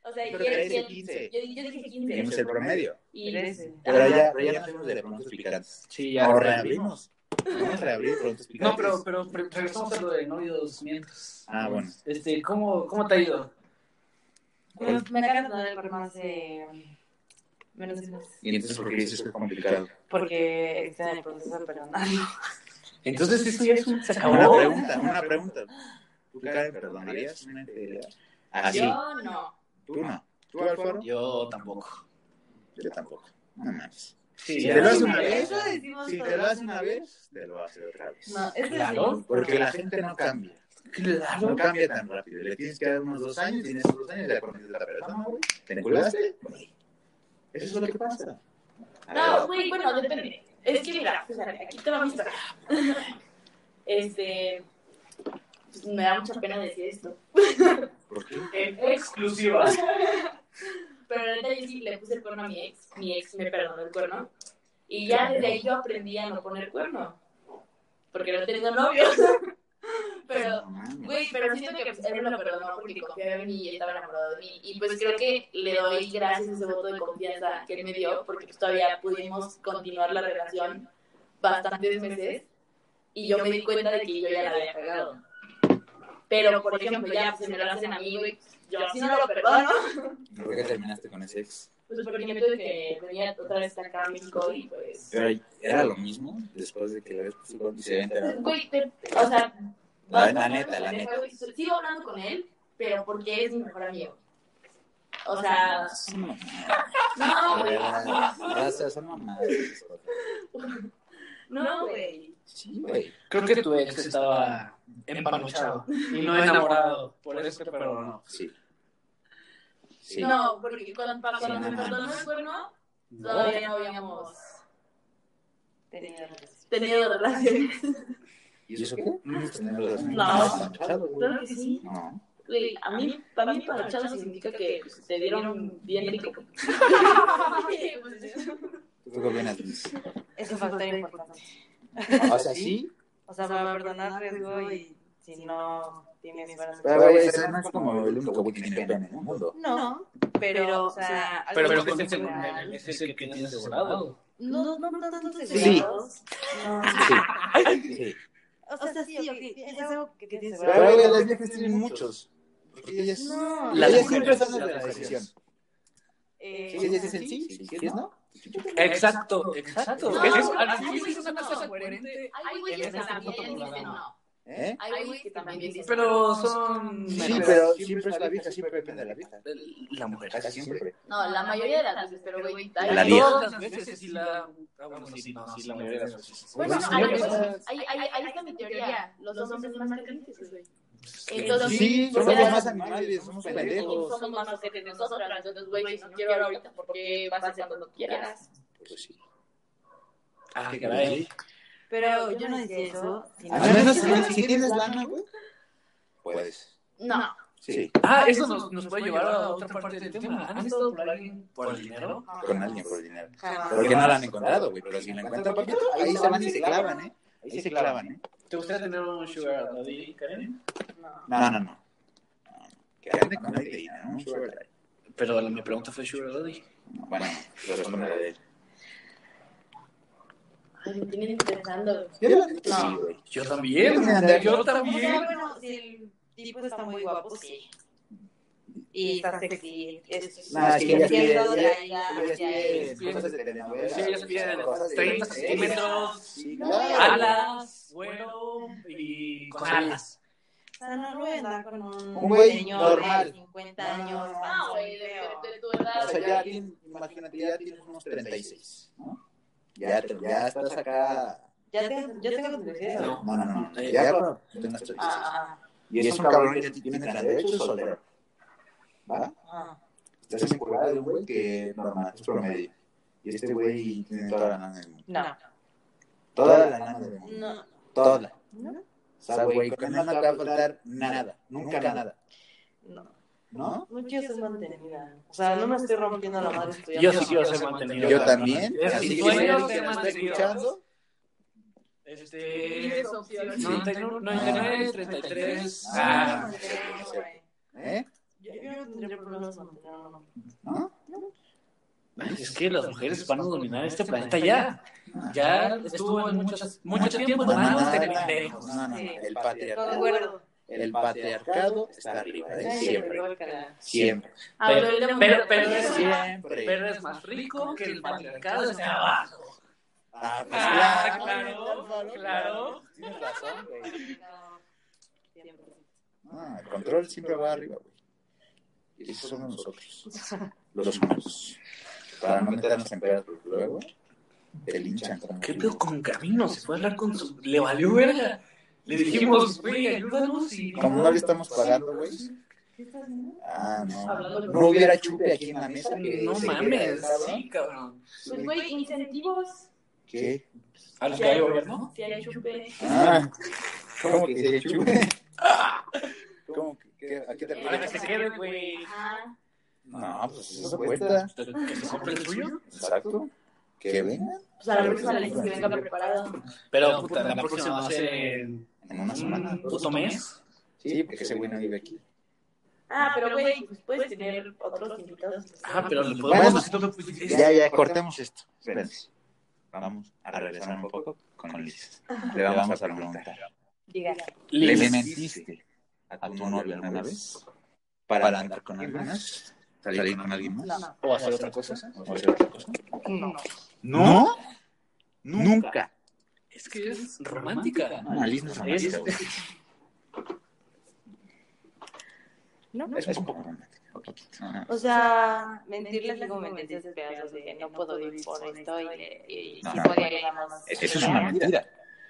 [SPEAKER 5] O sea,
[SPEAKER 3] Pero
[SPEAKER 5] y él-
[SPEAKER 3] trece,
[SPEAKER 5] y él-
[SPEAKER 3] quince.
[SPEAKER 5] Yo, yo dije 15.
[SPEAKER 3] Vimos el promedio.
[SPEAKER 5] Y ah,
[SPEAKER 3] Pero
[SPEAKER 5] Ajá.
[SPEAKER 3] ya, pero ya no fuimos de prontos picantes.
[SPEAKER 2] Sí, ya.
[SPEAKER 3] O reabrimos. Vamos a reabrir prontos picantes.
[SPEAKER 2] No, pero, pero pero regresamos a lo de novios mientras.
[SPEAKER 3] Ah, bueno.
[SPEAKER 2] Este, ¿cómo, cómo te ha ido?
[SPEAKER 8] Pues me acabas de dar el programa hace menos de un mes,
[SPEAKER 3] Y entonces, ¿por qué dices que es complicado?
[SPEAKER 8] porque está en el proceso, pero pues, no.
[SPEAKER 2] Entonces, esto ya es un... Se
[SPEAKER 3] Una
[SPEAKER 2] acabó.
[SPEAKER 3] pregunta, una pregunta. ¿Tú, Karen, perdonarías una infidelidad? Así.
[SPEAKER 5] Yo no.
[SPEAKER 3] ¿Tú no? ¿Tú, Alfaro?
[SPEAKER 2] Yo tampoco.
[SPEAKER 3] Yo tampoco. No mames.
[SPEAKER 2] Sí,
[SPEAKER 3] Si
[SPEAKER 2] ya.
[SPEAKER 3] te lo hace
[SPEAKER 8] Sí,
[SPEAKER 3] una vez,
[SPEAKER 8] eso decimos
[SPEAKER 3] si te
[SPEAKER 8] todos.
[SPEAKER 3] lo hace una vez, te lo hace otra vez.
[SPEAKER 8] No, es que
[SPEAKER 2] Claro.
[SPEAKER 8] sí.
[SPEAKER 3] Porque la gente no cambia. Claro. Ah, No cambia tan rápido. Le tienes que dar unos dos años, tienes esos dos años, ya conoces a la persona, güey. ¿Te enculaste? Güey. Eso es lo que pasa.
[SPEAKER 5] No, güey, bueno, depende. Es que mira, fíjate, aquí te va mi historia. Este. pues, me da mucha pena decir esto.
[SPEAKER 3] ¿Por qué?
[SPEAKER 2] En exclusiva.
[SPEAKER 5] Pero la neta yo sí le puse el cuerno a mi ex. Mi ex me perdonó el cuerno. Y ya desde ahí yo aprendí a no poner cuerno. Porque no he tenido novios. Pero, güey, pero siento que pues, él me lo perdonó porque confiaba en mí y estaba enamorado de mí. Y pues creo que le doy gracias a ese voto de confianza que él me dio porque pues, todavía pudimos continuar la relación bastantes meses. Y yo me di cuenta de que yo ya la había cagado. Pero, por ejemplo, ya pues, se me lo hacen a mí, güey. Yo así no lo perdono.
[SPEAKER 3] ¿Por qué terminaste con ese ex?
[SPEAKER 5] Pues porque me tuve que venir otra vez acá a México y pues...
[SPEAKER 3] Pero era lo mismo después de que le habías puesto el cuerno y se había enterado.
[SPEAKER 5] Güey, te- o sea,
[SPEAKER 3] La, la neta, la neta.
[SPEAKER 5] Sigo hablando con él, pero porque es mi mejor amigo. O sea, no, güey.
[SPEAKER 3] Gracias, son mamadas.
[SPEAKER 5] No, güey.
[SPEAKER 3] Sí, güey.
[SPEAKER 2] Creo que tu ex estaba empanochado y no enamorado. Por eso te perdonó.
[SPEAKER 3] Sí. Sí.
[SPEAKER 5] No, porque cuando, para cuando
[SPEAKER 3] Sí,
[SPEAKER 5] me
[SPEAKER 3] no,
[SPEAKER 5] perdonó
[SPEAKER 3] no.
[SPEAKER 5] el cuerno, todavía no habíamos
[SPEAKER 8] Tenía relación.
[SPEAKER 5] tenido relaciones.
[SPEAKER 3] ¿Y eso qué? No.
[SPEAKER 5] Claro que sí.
[SPEAKER 3] No.
[SPEAKER 5] Güey, a mí, para mí, para Chavo significa que pues, te dieron bien rico. pues,
[SPEAKER 3] ¿Tú qué opinas, Liz?
[SPEAKER 8] Es un factor importante.
[SPEAKER 3] O sea, sí.
[SPEAKER 8] O sea, para perdonar riesgo y si no tienes buenas
[SPEAKER 3] Pero, güey, ese no es como el único güey que tiene pene en el mundo.
[SPEAKER 8] No, pero, o sea,
[SPEAKER 2] Pero, pero
[SPEAKER 8] algo
[SPEAKER 2] es el
[SPEAKER 8] cultural.
[SPEAKER 2] segundo, es el que tienes asegurado.
[SPEAKER 8] No, no, no tanto
[SPEAKER 3] Sí.
[SPEAKER 8] asegurados. No.
[SPEAKER 3] Sí.
[SPEAKER 8] O sea, sí, ok, es algo que tienes
[SPEAKER 3] Pero,
[SPEAKER 8] asegurado.
[SPEAKER 3] güey, las viejas tienen muchos. Porque ellas,
[SPEAKER 8] No.
[SPEAKER 2] Las
[SPEAKER 3] ellas
[SPEAKER 2] mujeres,
[SPEAKER 3] siempre están en
[SPEAKER 2] las
[SPEAKER 3] la
[SPEAKER 2] mujeres.
[SPEAKER 3] decisión.
[SPEAKER 8] Eh,
[SPEAKER 3] Si ellas dicen sí, si quieres no. Eh,
[SPEAKER 2] Exacto, exacto.
[SPEAKER 5] No,
[SPEAKER 2] Es-
[SPEAKER 5] no,
[SPEAKER 2] es-
[SPEAKER 5] no,
[SPEAKER 2] así
[SPEAKER 5] no,
[SPEAKER 2] es, es
[SPEAKER 5] no,
[SPEAKER 2] una
[SPEAKER 5] no,
[SPEAKER 2] cosa
[SPEAKER 5] no,
[SPEAKER 2] coherente.
[SPEAKER 5] Hay güeyes que también dicen no.
[SPEAKER 3] ¿Eh?
[SPEAKER 5] Hay güeyes que también dicen no.
[SPEAKER 2] Pero son.
[SPEAKER 3] Sí,
[SPEAKER 2] menores.
[SPEAKER 3] pero siempre es la vieja, siempre depende de la vieja.
[SPEAKER 2] La mujer.
[SPEAKER 3] Casi siempre.
[SPEAKER 5] No, la mayoría de las veces, pero güey, hay-
[SPEAKER 3] La vieja.
[SPEAKER 2] Todas las veces sí la. Ah, bueno, sí, no, sí, la mayoría de las veces.
[SPEAKER 5] Bueno,
[SPEAKER 3] Sí,
[SPEAKER 5] a lo que
[SPEAKER 3] sí.
[SPEAKER 5] voy, ahí, ahí, ahí está mi teoría. Los dos hombres son más calientes, güey. Entonces,
[SPEAKER 3] Sí,
[SPEAKER 5] porque
[SPEAKER 3] somos
[SPEAKER 5] las-
[SPEAKER 3] más animales, somos pendejos.
[SPEAKER 5] somos más ojetes nosotras, entonces, güey, si no quiero ahorita, ¿por qué vas a hacer cuando quieras?
[SPEAKER 3] Pues sí.
[SPEAKER 2] Ah, caray.
[SPEAKER 8] Pero yo no decía eso. sino-
[SPEAKER 3] A menos si, si tienes lana, güey. Pues.
[SPEAKER 5] No,
[SPEAKER 3] Sí.
[SPEAKER 2] Ah, eso nos, nos puede llevar a otra parte del tema. ¿Han estado por alguien por el dinero?
[SPEAKER 3] Con alguien por dinero.
[SPEAKER 8] Jamás.
[SPEAKER 3] Porque Ah, no la han encontrado, güey. Pero si la encuentran, papito, ahí se van y se clavan, ¿eh? Ahí se clavan, ¿eh?
[SPEAKER 2] ¿Te gustaría tener un sugar daddy, Karen?
[SPEAKER 3] No, no, no. Que ande con alguien de dinero, ¿no? Sugar daddy.
[SPEAKER 2] Pero la, mi pregunta fue sugar daddy.
[SPEAKER 3] Bueno, responde la de él.
[SPEAKER 5] ay, me tienen intentando.
[SPEAKER 3] Yo la neta sí, güey.
[SPEAKER 2] Yo también. Yo
[SPEAKER 8] O sea,
[SPEAKER 2] también.
[SPEAKER 8] bueno, si el tipo está muy guapo, sí. Y está sexy. Es,
[SPEAKER 3] No, es que ella
[SPEAKER 8] entiendo
[SPEAKER 3] quiere-
[SPEAKER 8] la idea
[SPEAKER 3] Pero
[SPEAKER 8] hacia él.
[SPEAKER 3] es que cosas de telenovela.
[SPEAKER 2] Sí, ellos piden
[SPEAKER 3] cosas de
[SPEAKER 2] 30
[SPEAKER 3] series.
[SPEAKER 2] centímetros,
[SPEAKER 3] Sí, claro.
[SPEAKER 2] alas, vuelo y con alas.
[SPEAKER 8] O sea, no, no voy a andar con un,
[SPEAKER 3] Un güey
[SPEAKER 8] señor
[SPEAKER 3] normal.
[SPEAKER 8] de 50
[SPEAKER 3] No,
[SPEAKER 8] años.
[SPEAKER 5] No, güey, de,
[SPEAKER 8] feo.
[SPEAKER 5] de- de tu edad.
[SPEAKER 3] O sea, ya
[SPEAKER 5] güey.
[SPEAKER 3] tienes, imagínate, ya tienes unos 36, ¿no? Ya, te- ya estás acá.
[SPEAKER 8] Ya tengo, yo tengo 36.
[SPEAKER 2] No.
[SPEAKER 3] No, no, no. Ya cuando tienes 36.
[SPEAKER 8] Ah,
[SPEAKER 3] Y es un cabrón que tiene 38 soltero. ¿Va?
[SPEAKER 8] ah,
[SPEAKER 3] Estás enculada de un güey que normal, es promedio. Y este güey tiene toda la lana del mundo.
[SPEAKER 8] no.
[SPEAKER 3] Toda la lana del mundo.
[SPEAKER 8] No.
[SPEAKER 3] Toda.
[SPEAKER 8] No.
[SPEAKER 3] O sea, güey, con él no te va a faltar nada. Nunca nada.
[SPEAKER 8] No.
[SPEAKER 3] ¿No?
[SPEAKER 8] No quiero ser mantenida. O sea, no me estoy rompiendo la madre estudiando.
[SPEAKER 2] Yo sí quiero ser mantenido.
[SPEAKER 3] Yo también.
[SPEAKER 2] Eso sí,
[SPEAKER 3] Así que
[SPEAKER 2] yo
[SPEAKER 3] si
[SPEAKER 2] quiero
[SPEAKER 3] alguien que
[SPEAKER 2] ser
[SPEAKER 3] nos está
[SPEAKER 2] mantenido.
[SPEAKER 3] escuchando,
[SPEAKER 2] Este.
[SPEAKER 5] Tienes opciones.
[SPEAKER 2] 99, 99, 33.
[SPEAKER 3] Ah.
[SPEAKER 2] Ah.
[SPEAKER 3] ¿eh?
[SPEAKER 8] Yo, yo no tendría problemas mantener a un hombre.
[SPEAKER 3] ¿No?
[SPEAKER 2] Es que las mujeres van a dominar este planeta ya. Ya estuvo en muchas, mucho tiempo
[SPEAKER 8] Pues
[SPEAKER 2] dominadas de pendejos.
[SPEAKER 3] No, no, no.
[SPEAKER 8] Sí.
[SPEAKER 3] El patriarcado.
[SPEAKER 8] Concuerdo.
[SPEAKER 3] El patriarcado está arriba de
[SPEAKER 8] Ay,
[SPEAKER 3] siempre.
[SPEAKER 8] igual que la-
[SPEAKER 3] Siempre.
[SPEAKER 5] Ah, pero él era
[SPEAKER 2] Pero,
[SPEAKER 5] mujer.
[SPEAKER 2] pero es,
[SPEAKER 3] Siempre.
[SPEAKER 2] pero es más rico que el patriarcado de abajo.
[SPEAKER 3] Ah, pues
[SPEAKER 2] Ah,
[SPEAKER 3] claro.
[SPEAKER 2] claro, claro.
[SPEAKER 3] Tienes razón, güey.
[SPEAKER 8] Siempre.
[SPEAKER 3] Ah, el control siempre va arriba, güey. Y eso somos nosotros, los humanos. Para no meternos en pedas, porque luego te linchan. como-
[SPEAKER 2] ¿Qué pedo con Camino? Se fue a hablar con su... Le valió verga. Le dijimos, pues, güey, ayúdanos y...
[SPEAKER 3] Como no le estamos pagando, güey. Ah, no. No hubiera chupe aquí en la mesa. que
[SPEAKER 2] No
[SPEAKER 3] se
[SPEAKER 2] mames,
[SPEAKER 3] quedara,
[SPEAKER 2] sí, cabrón.
[SPEAKER 5] Pues, güey, incentivos.
[SPEAKER 3] ¿Qué?
[SPEAKER 2] A los
[SPEAKER 5] Si
[SPEAKER 2] que hay
[SPEAKER 5] hay,
[SPEAKER 2] gobierno.
[SPEAKER 5] si hay chupe.
[SPEAKER 3] Ah, ¿cómo que se chupe? ¿Cómo que? qué- ¿A qué te
[SPEAKER 2] Para que
[SPEAKER 3] refieres?
[SPEAKER 2] se quede, güey.
[SPEAKER 5] Ah,
[SPEAKER 3] No, pues eso cuesta.
[SPEAKER 2] Que se compre el suyo.
[SPEAKER 3] Exacto. Que venga
[SPEAKER 5] pues a la próxima le dices que venga preparado.
[SPEAKER 2] Pero, puta, la próxima va a ser en
[SPEAKER 3] en una semana.
[SPEAKER 2] un puto mes.
[SPEAKER 3] Sí, porque ese güey no vive aquí.
[SPEAKER 5] Ah, pero, güey, pues puedes tener otros invitados.
[SPEAKER 2] Ah, pero le podemos
[SPEAKER 3] Bueno.
[SPEAKER 2] decir todo, pues, es-
[SPEAKER 3] Ya, ya, cortemos esto. Espérense. Vamos a regresar un poco con Liz. Le vamos a preguntar.
[SPEAKER 8] Diga.
[SPEAKER 3] ¿Le
[SPEAKER 2] Liz.
[SPEAKER 3] mentiste a tu novio alguna vez? ¿Para andar con alguien más? ¿Salir con alguien más?
[SPEAKER 2] ¿O hacer otra cosa?
[SPEAKER 3] ¿O hacer otra cosa?
[SPEAKER 8] No.
[SPEAKER 3] ¿No? Nunca.
[SPEAKER 2] Es que es romántica.
[SPEAKER 3] No, Liz no es romántica, güey.
[SPEAKER 8] No.
[SPEAKER 3] Es un poco romántica. un poquito, nada más.
[SPEAKER 8] O sea, mentirles digo mentiras es pedazos de no puedo ir por esto y, y, y
[SPEAKER 3] No.
[SPEAKER 8] si podía ir nada más.
[SPEAKER 3] Eso es una mentira.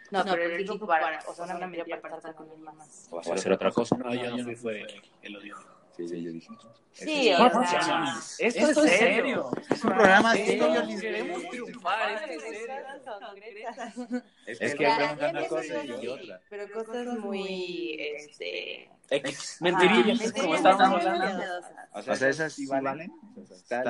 [SPEAKER 8] No, pero les digo para, o sea, una mentira para tratar con alguien más.
[SPEAKER 3] ¿O hacer otra cosa?
[SPEAKER 2] No, yo no fui, fue él lo dijo.
[SPEAKER 3] Sí, sí, yo dije.
[SPEAKER 8] Sí,
[SPEAKER 2] No,
[SPEAKER 8] o
[SPEAKER 2] no, no,
[SPEAKER 8] sea.
[SPEAKER 2] no. Esto es serio.
[SPEAKER 3] Es un programa
[SPEAKER 2] serio,
[SPEAKER 3] Liz.
[SPEAKER 2] Queremos
[SPEAKER 8] Ah,
[SPEAKER 2] triunfar, esto es serio.
[SPEAKER 3] Es que
[SPEAKER 8] Claro,
[SPEAKER 3] preguntan una
[SPEAKER 8] eso
[SPEAKER 3] cosa
[SPEAKER 8] yo
[SPEAKER 3] y
[SPEAKER 8] sí,
[SPEAKER 3] otra.
[SPEAKER 8] Pero cosas muy, este...
[SPEAKER 2] X.
[SPEAKER 8] ajá,
[SPEAKER 2] Mentirillas, como
[SPEAKER 8] mentiras,
[SPEAKER 2] estábamos
[SPEAKER 8] muy
[SPEAKER 2] hablando.
[SPEAKER 8] cuidadosas.
[SPEAKER 3] O sea, esas sí valen. Está-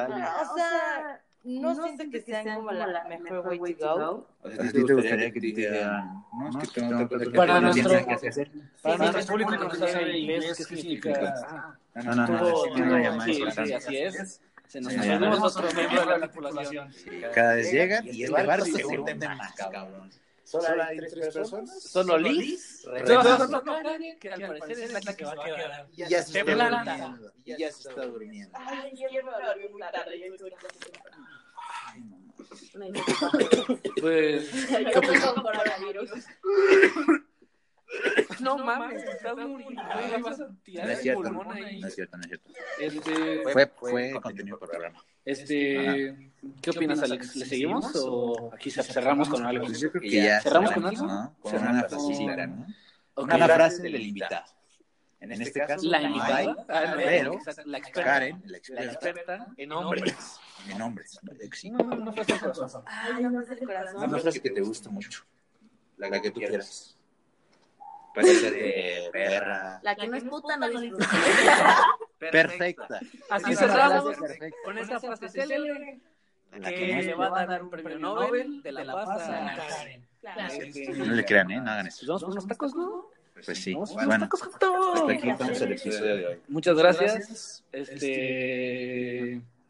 [SPEAKER 8] O sea, no, siento que, sean como la mejor way to go.
[SPEAKER 3] O sea, ¿a ti te gustaría que te digan, no, es que tengo otra cosa que
[SPEAKER 2] Para
[SPEAKER 3] hacer, no
[SPEAKER 2] nuestro-
[SPEAKER 3] tienes nada que hacer?
[SPEAKER 2] Para
[SPEAKER 8] Sí,
[SPEAKER 2] nuestro
[SPEAKER 8] sí,
[SPEAKER 2] público
[SPEAKER 8] sí,
[SPEAKER 2] que no
[SPEAKER 8] sí,
[SPEAKER 2] sabe inglés, ¿qué significa?
[SPEAKER 3] No, no, no,
[SPEAKER 2] Todo-
[SPEAKER 3] sí tiene una
[SPEAKER 2] todo-
[SPEAKER 3] llamada
[SPEAKER 2] sí,
[SPEAKER 3] importante.
[SPEAKER 2] sí, así es. Se nos
[SPEAKER 3] Sí,
[SPEAKER 2] volvemos
[SPEAKER 3] ya.
[SPEAKER 2] otro miembro de la tripulación.
[SPEAKER 3] Cada vez llegan y el barco se hunde más, cabrón. Solo hay tres personas.
[SPEAKER 2] Solo Liz.
[SPEAKER 3] Rebeca,
[SPEAKER 2] Solo Karen, que al parecer es la que va a quedar.
[SPEAKER 3] Y ya se está
[SPEAKER 2] Temblan.
[SPEAKER 3] durmiendo. Y ya se está durmiendo.
[SPEAKER 5] Ay, yo me dormí muy tarde. Yo estoy Ay, no.
[SPEAKER 2] Pues,
[SPEAKER 5] Yo tengo coronavirus.
[SPEAKER 2] no mames, estás muriendo. güey, Vas a tirar
[SPEAKER 3] No es
[SPEAKER 2] el
[SPEAKER 3] cierto,
[SPEAKER 2] pulmón ahí.
[SPEAKER 3] no es cierto, no es cierto.
[SPEAKER 2] Este,
[SPEAKER 3] Fue, fue contenido por programa.
[SPEAKER 2] este, ¿qué opinas, Alex? ¿Le seguimos o aquí se- cerramos con algo?
[SPEAKER 3] Pues yo creo que ya
[SPEAKER 2] ¿Cerramos
[SPEAKER 3] cerramos,
[SPEAKER 2] con algo?
[SPEAKER 3] ¿no? Con una
[SPEAKER 2] Cerramos.
[SPEAKER 3] frasecita, ¿no?
[SPEAKER 2] Ok.
[SPEAKER 3] Una frase del invitado. En este caso,
[SPEAKER 2] La
[SPEAKER 3] May,
[SPEAKER 2] invitada, ah, no,
[SPEAKER 3] pero,
[SPEAKER 2] exacto, la experta,
[SPEAKER 3] Karen, la
[SPEAKER 2] la
[SPEAKER 3] experta,
[SPEAKER 2] experta en hombres.
[SPEAKER 3] mi nombre. Sí.
[SPEAKER 2] No, no, no fue tan corazón.
[SPEAKER 5] Ay, no me hace el
[SPEAKER 3] Una
[SPEAKER 5] corazón.
[SPEAKER 3] frase que te guste mucho. La que tú quieras. Parece de perra.
[SPEAKER 5] La que no es puta no disfruta.
[SPEAKER 3] Perfecta.
[SPEAKER 2] Así
[SPEAKER 3] Esa
[SPEAKER 2] cerramos
[SPEAKER 3] frase perfecta.
[SPEAKER 2] con esta frase célebre
[SPEAKER 3] La que no
[SPEAKER 2] que
[SPEAKER 3] es-
[SPEAKER 2] le va a dar un premio Nobel de la paz a Karen. Este, pues
[SPEAKER 5] Claro.
[SPEAKER 3] No le crean, ¿eh? No hagan eso.
[SPEAKER 2] Vamos por unos tacos, ¿no?
[SPEAKER 3] Pues sí.
[SPEAKER 2] Vamos por unos
[SPEAKER 3] Bueno,
[SPEAKER 2] tacos con todo.
[SPEAKER 3] hasta aquí entonces el episodio de hoy.
[SPEAKER 2] Muchas gracias. Este,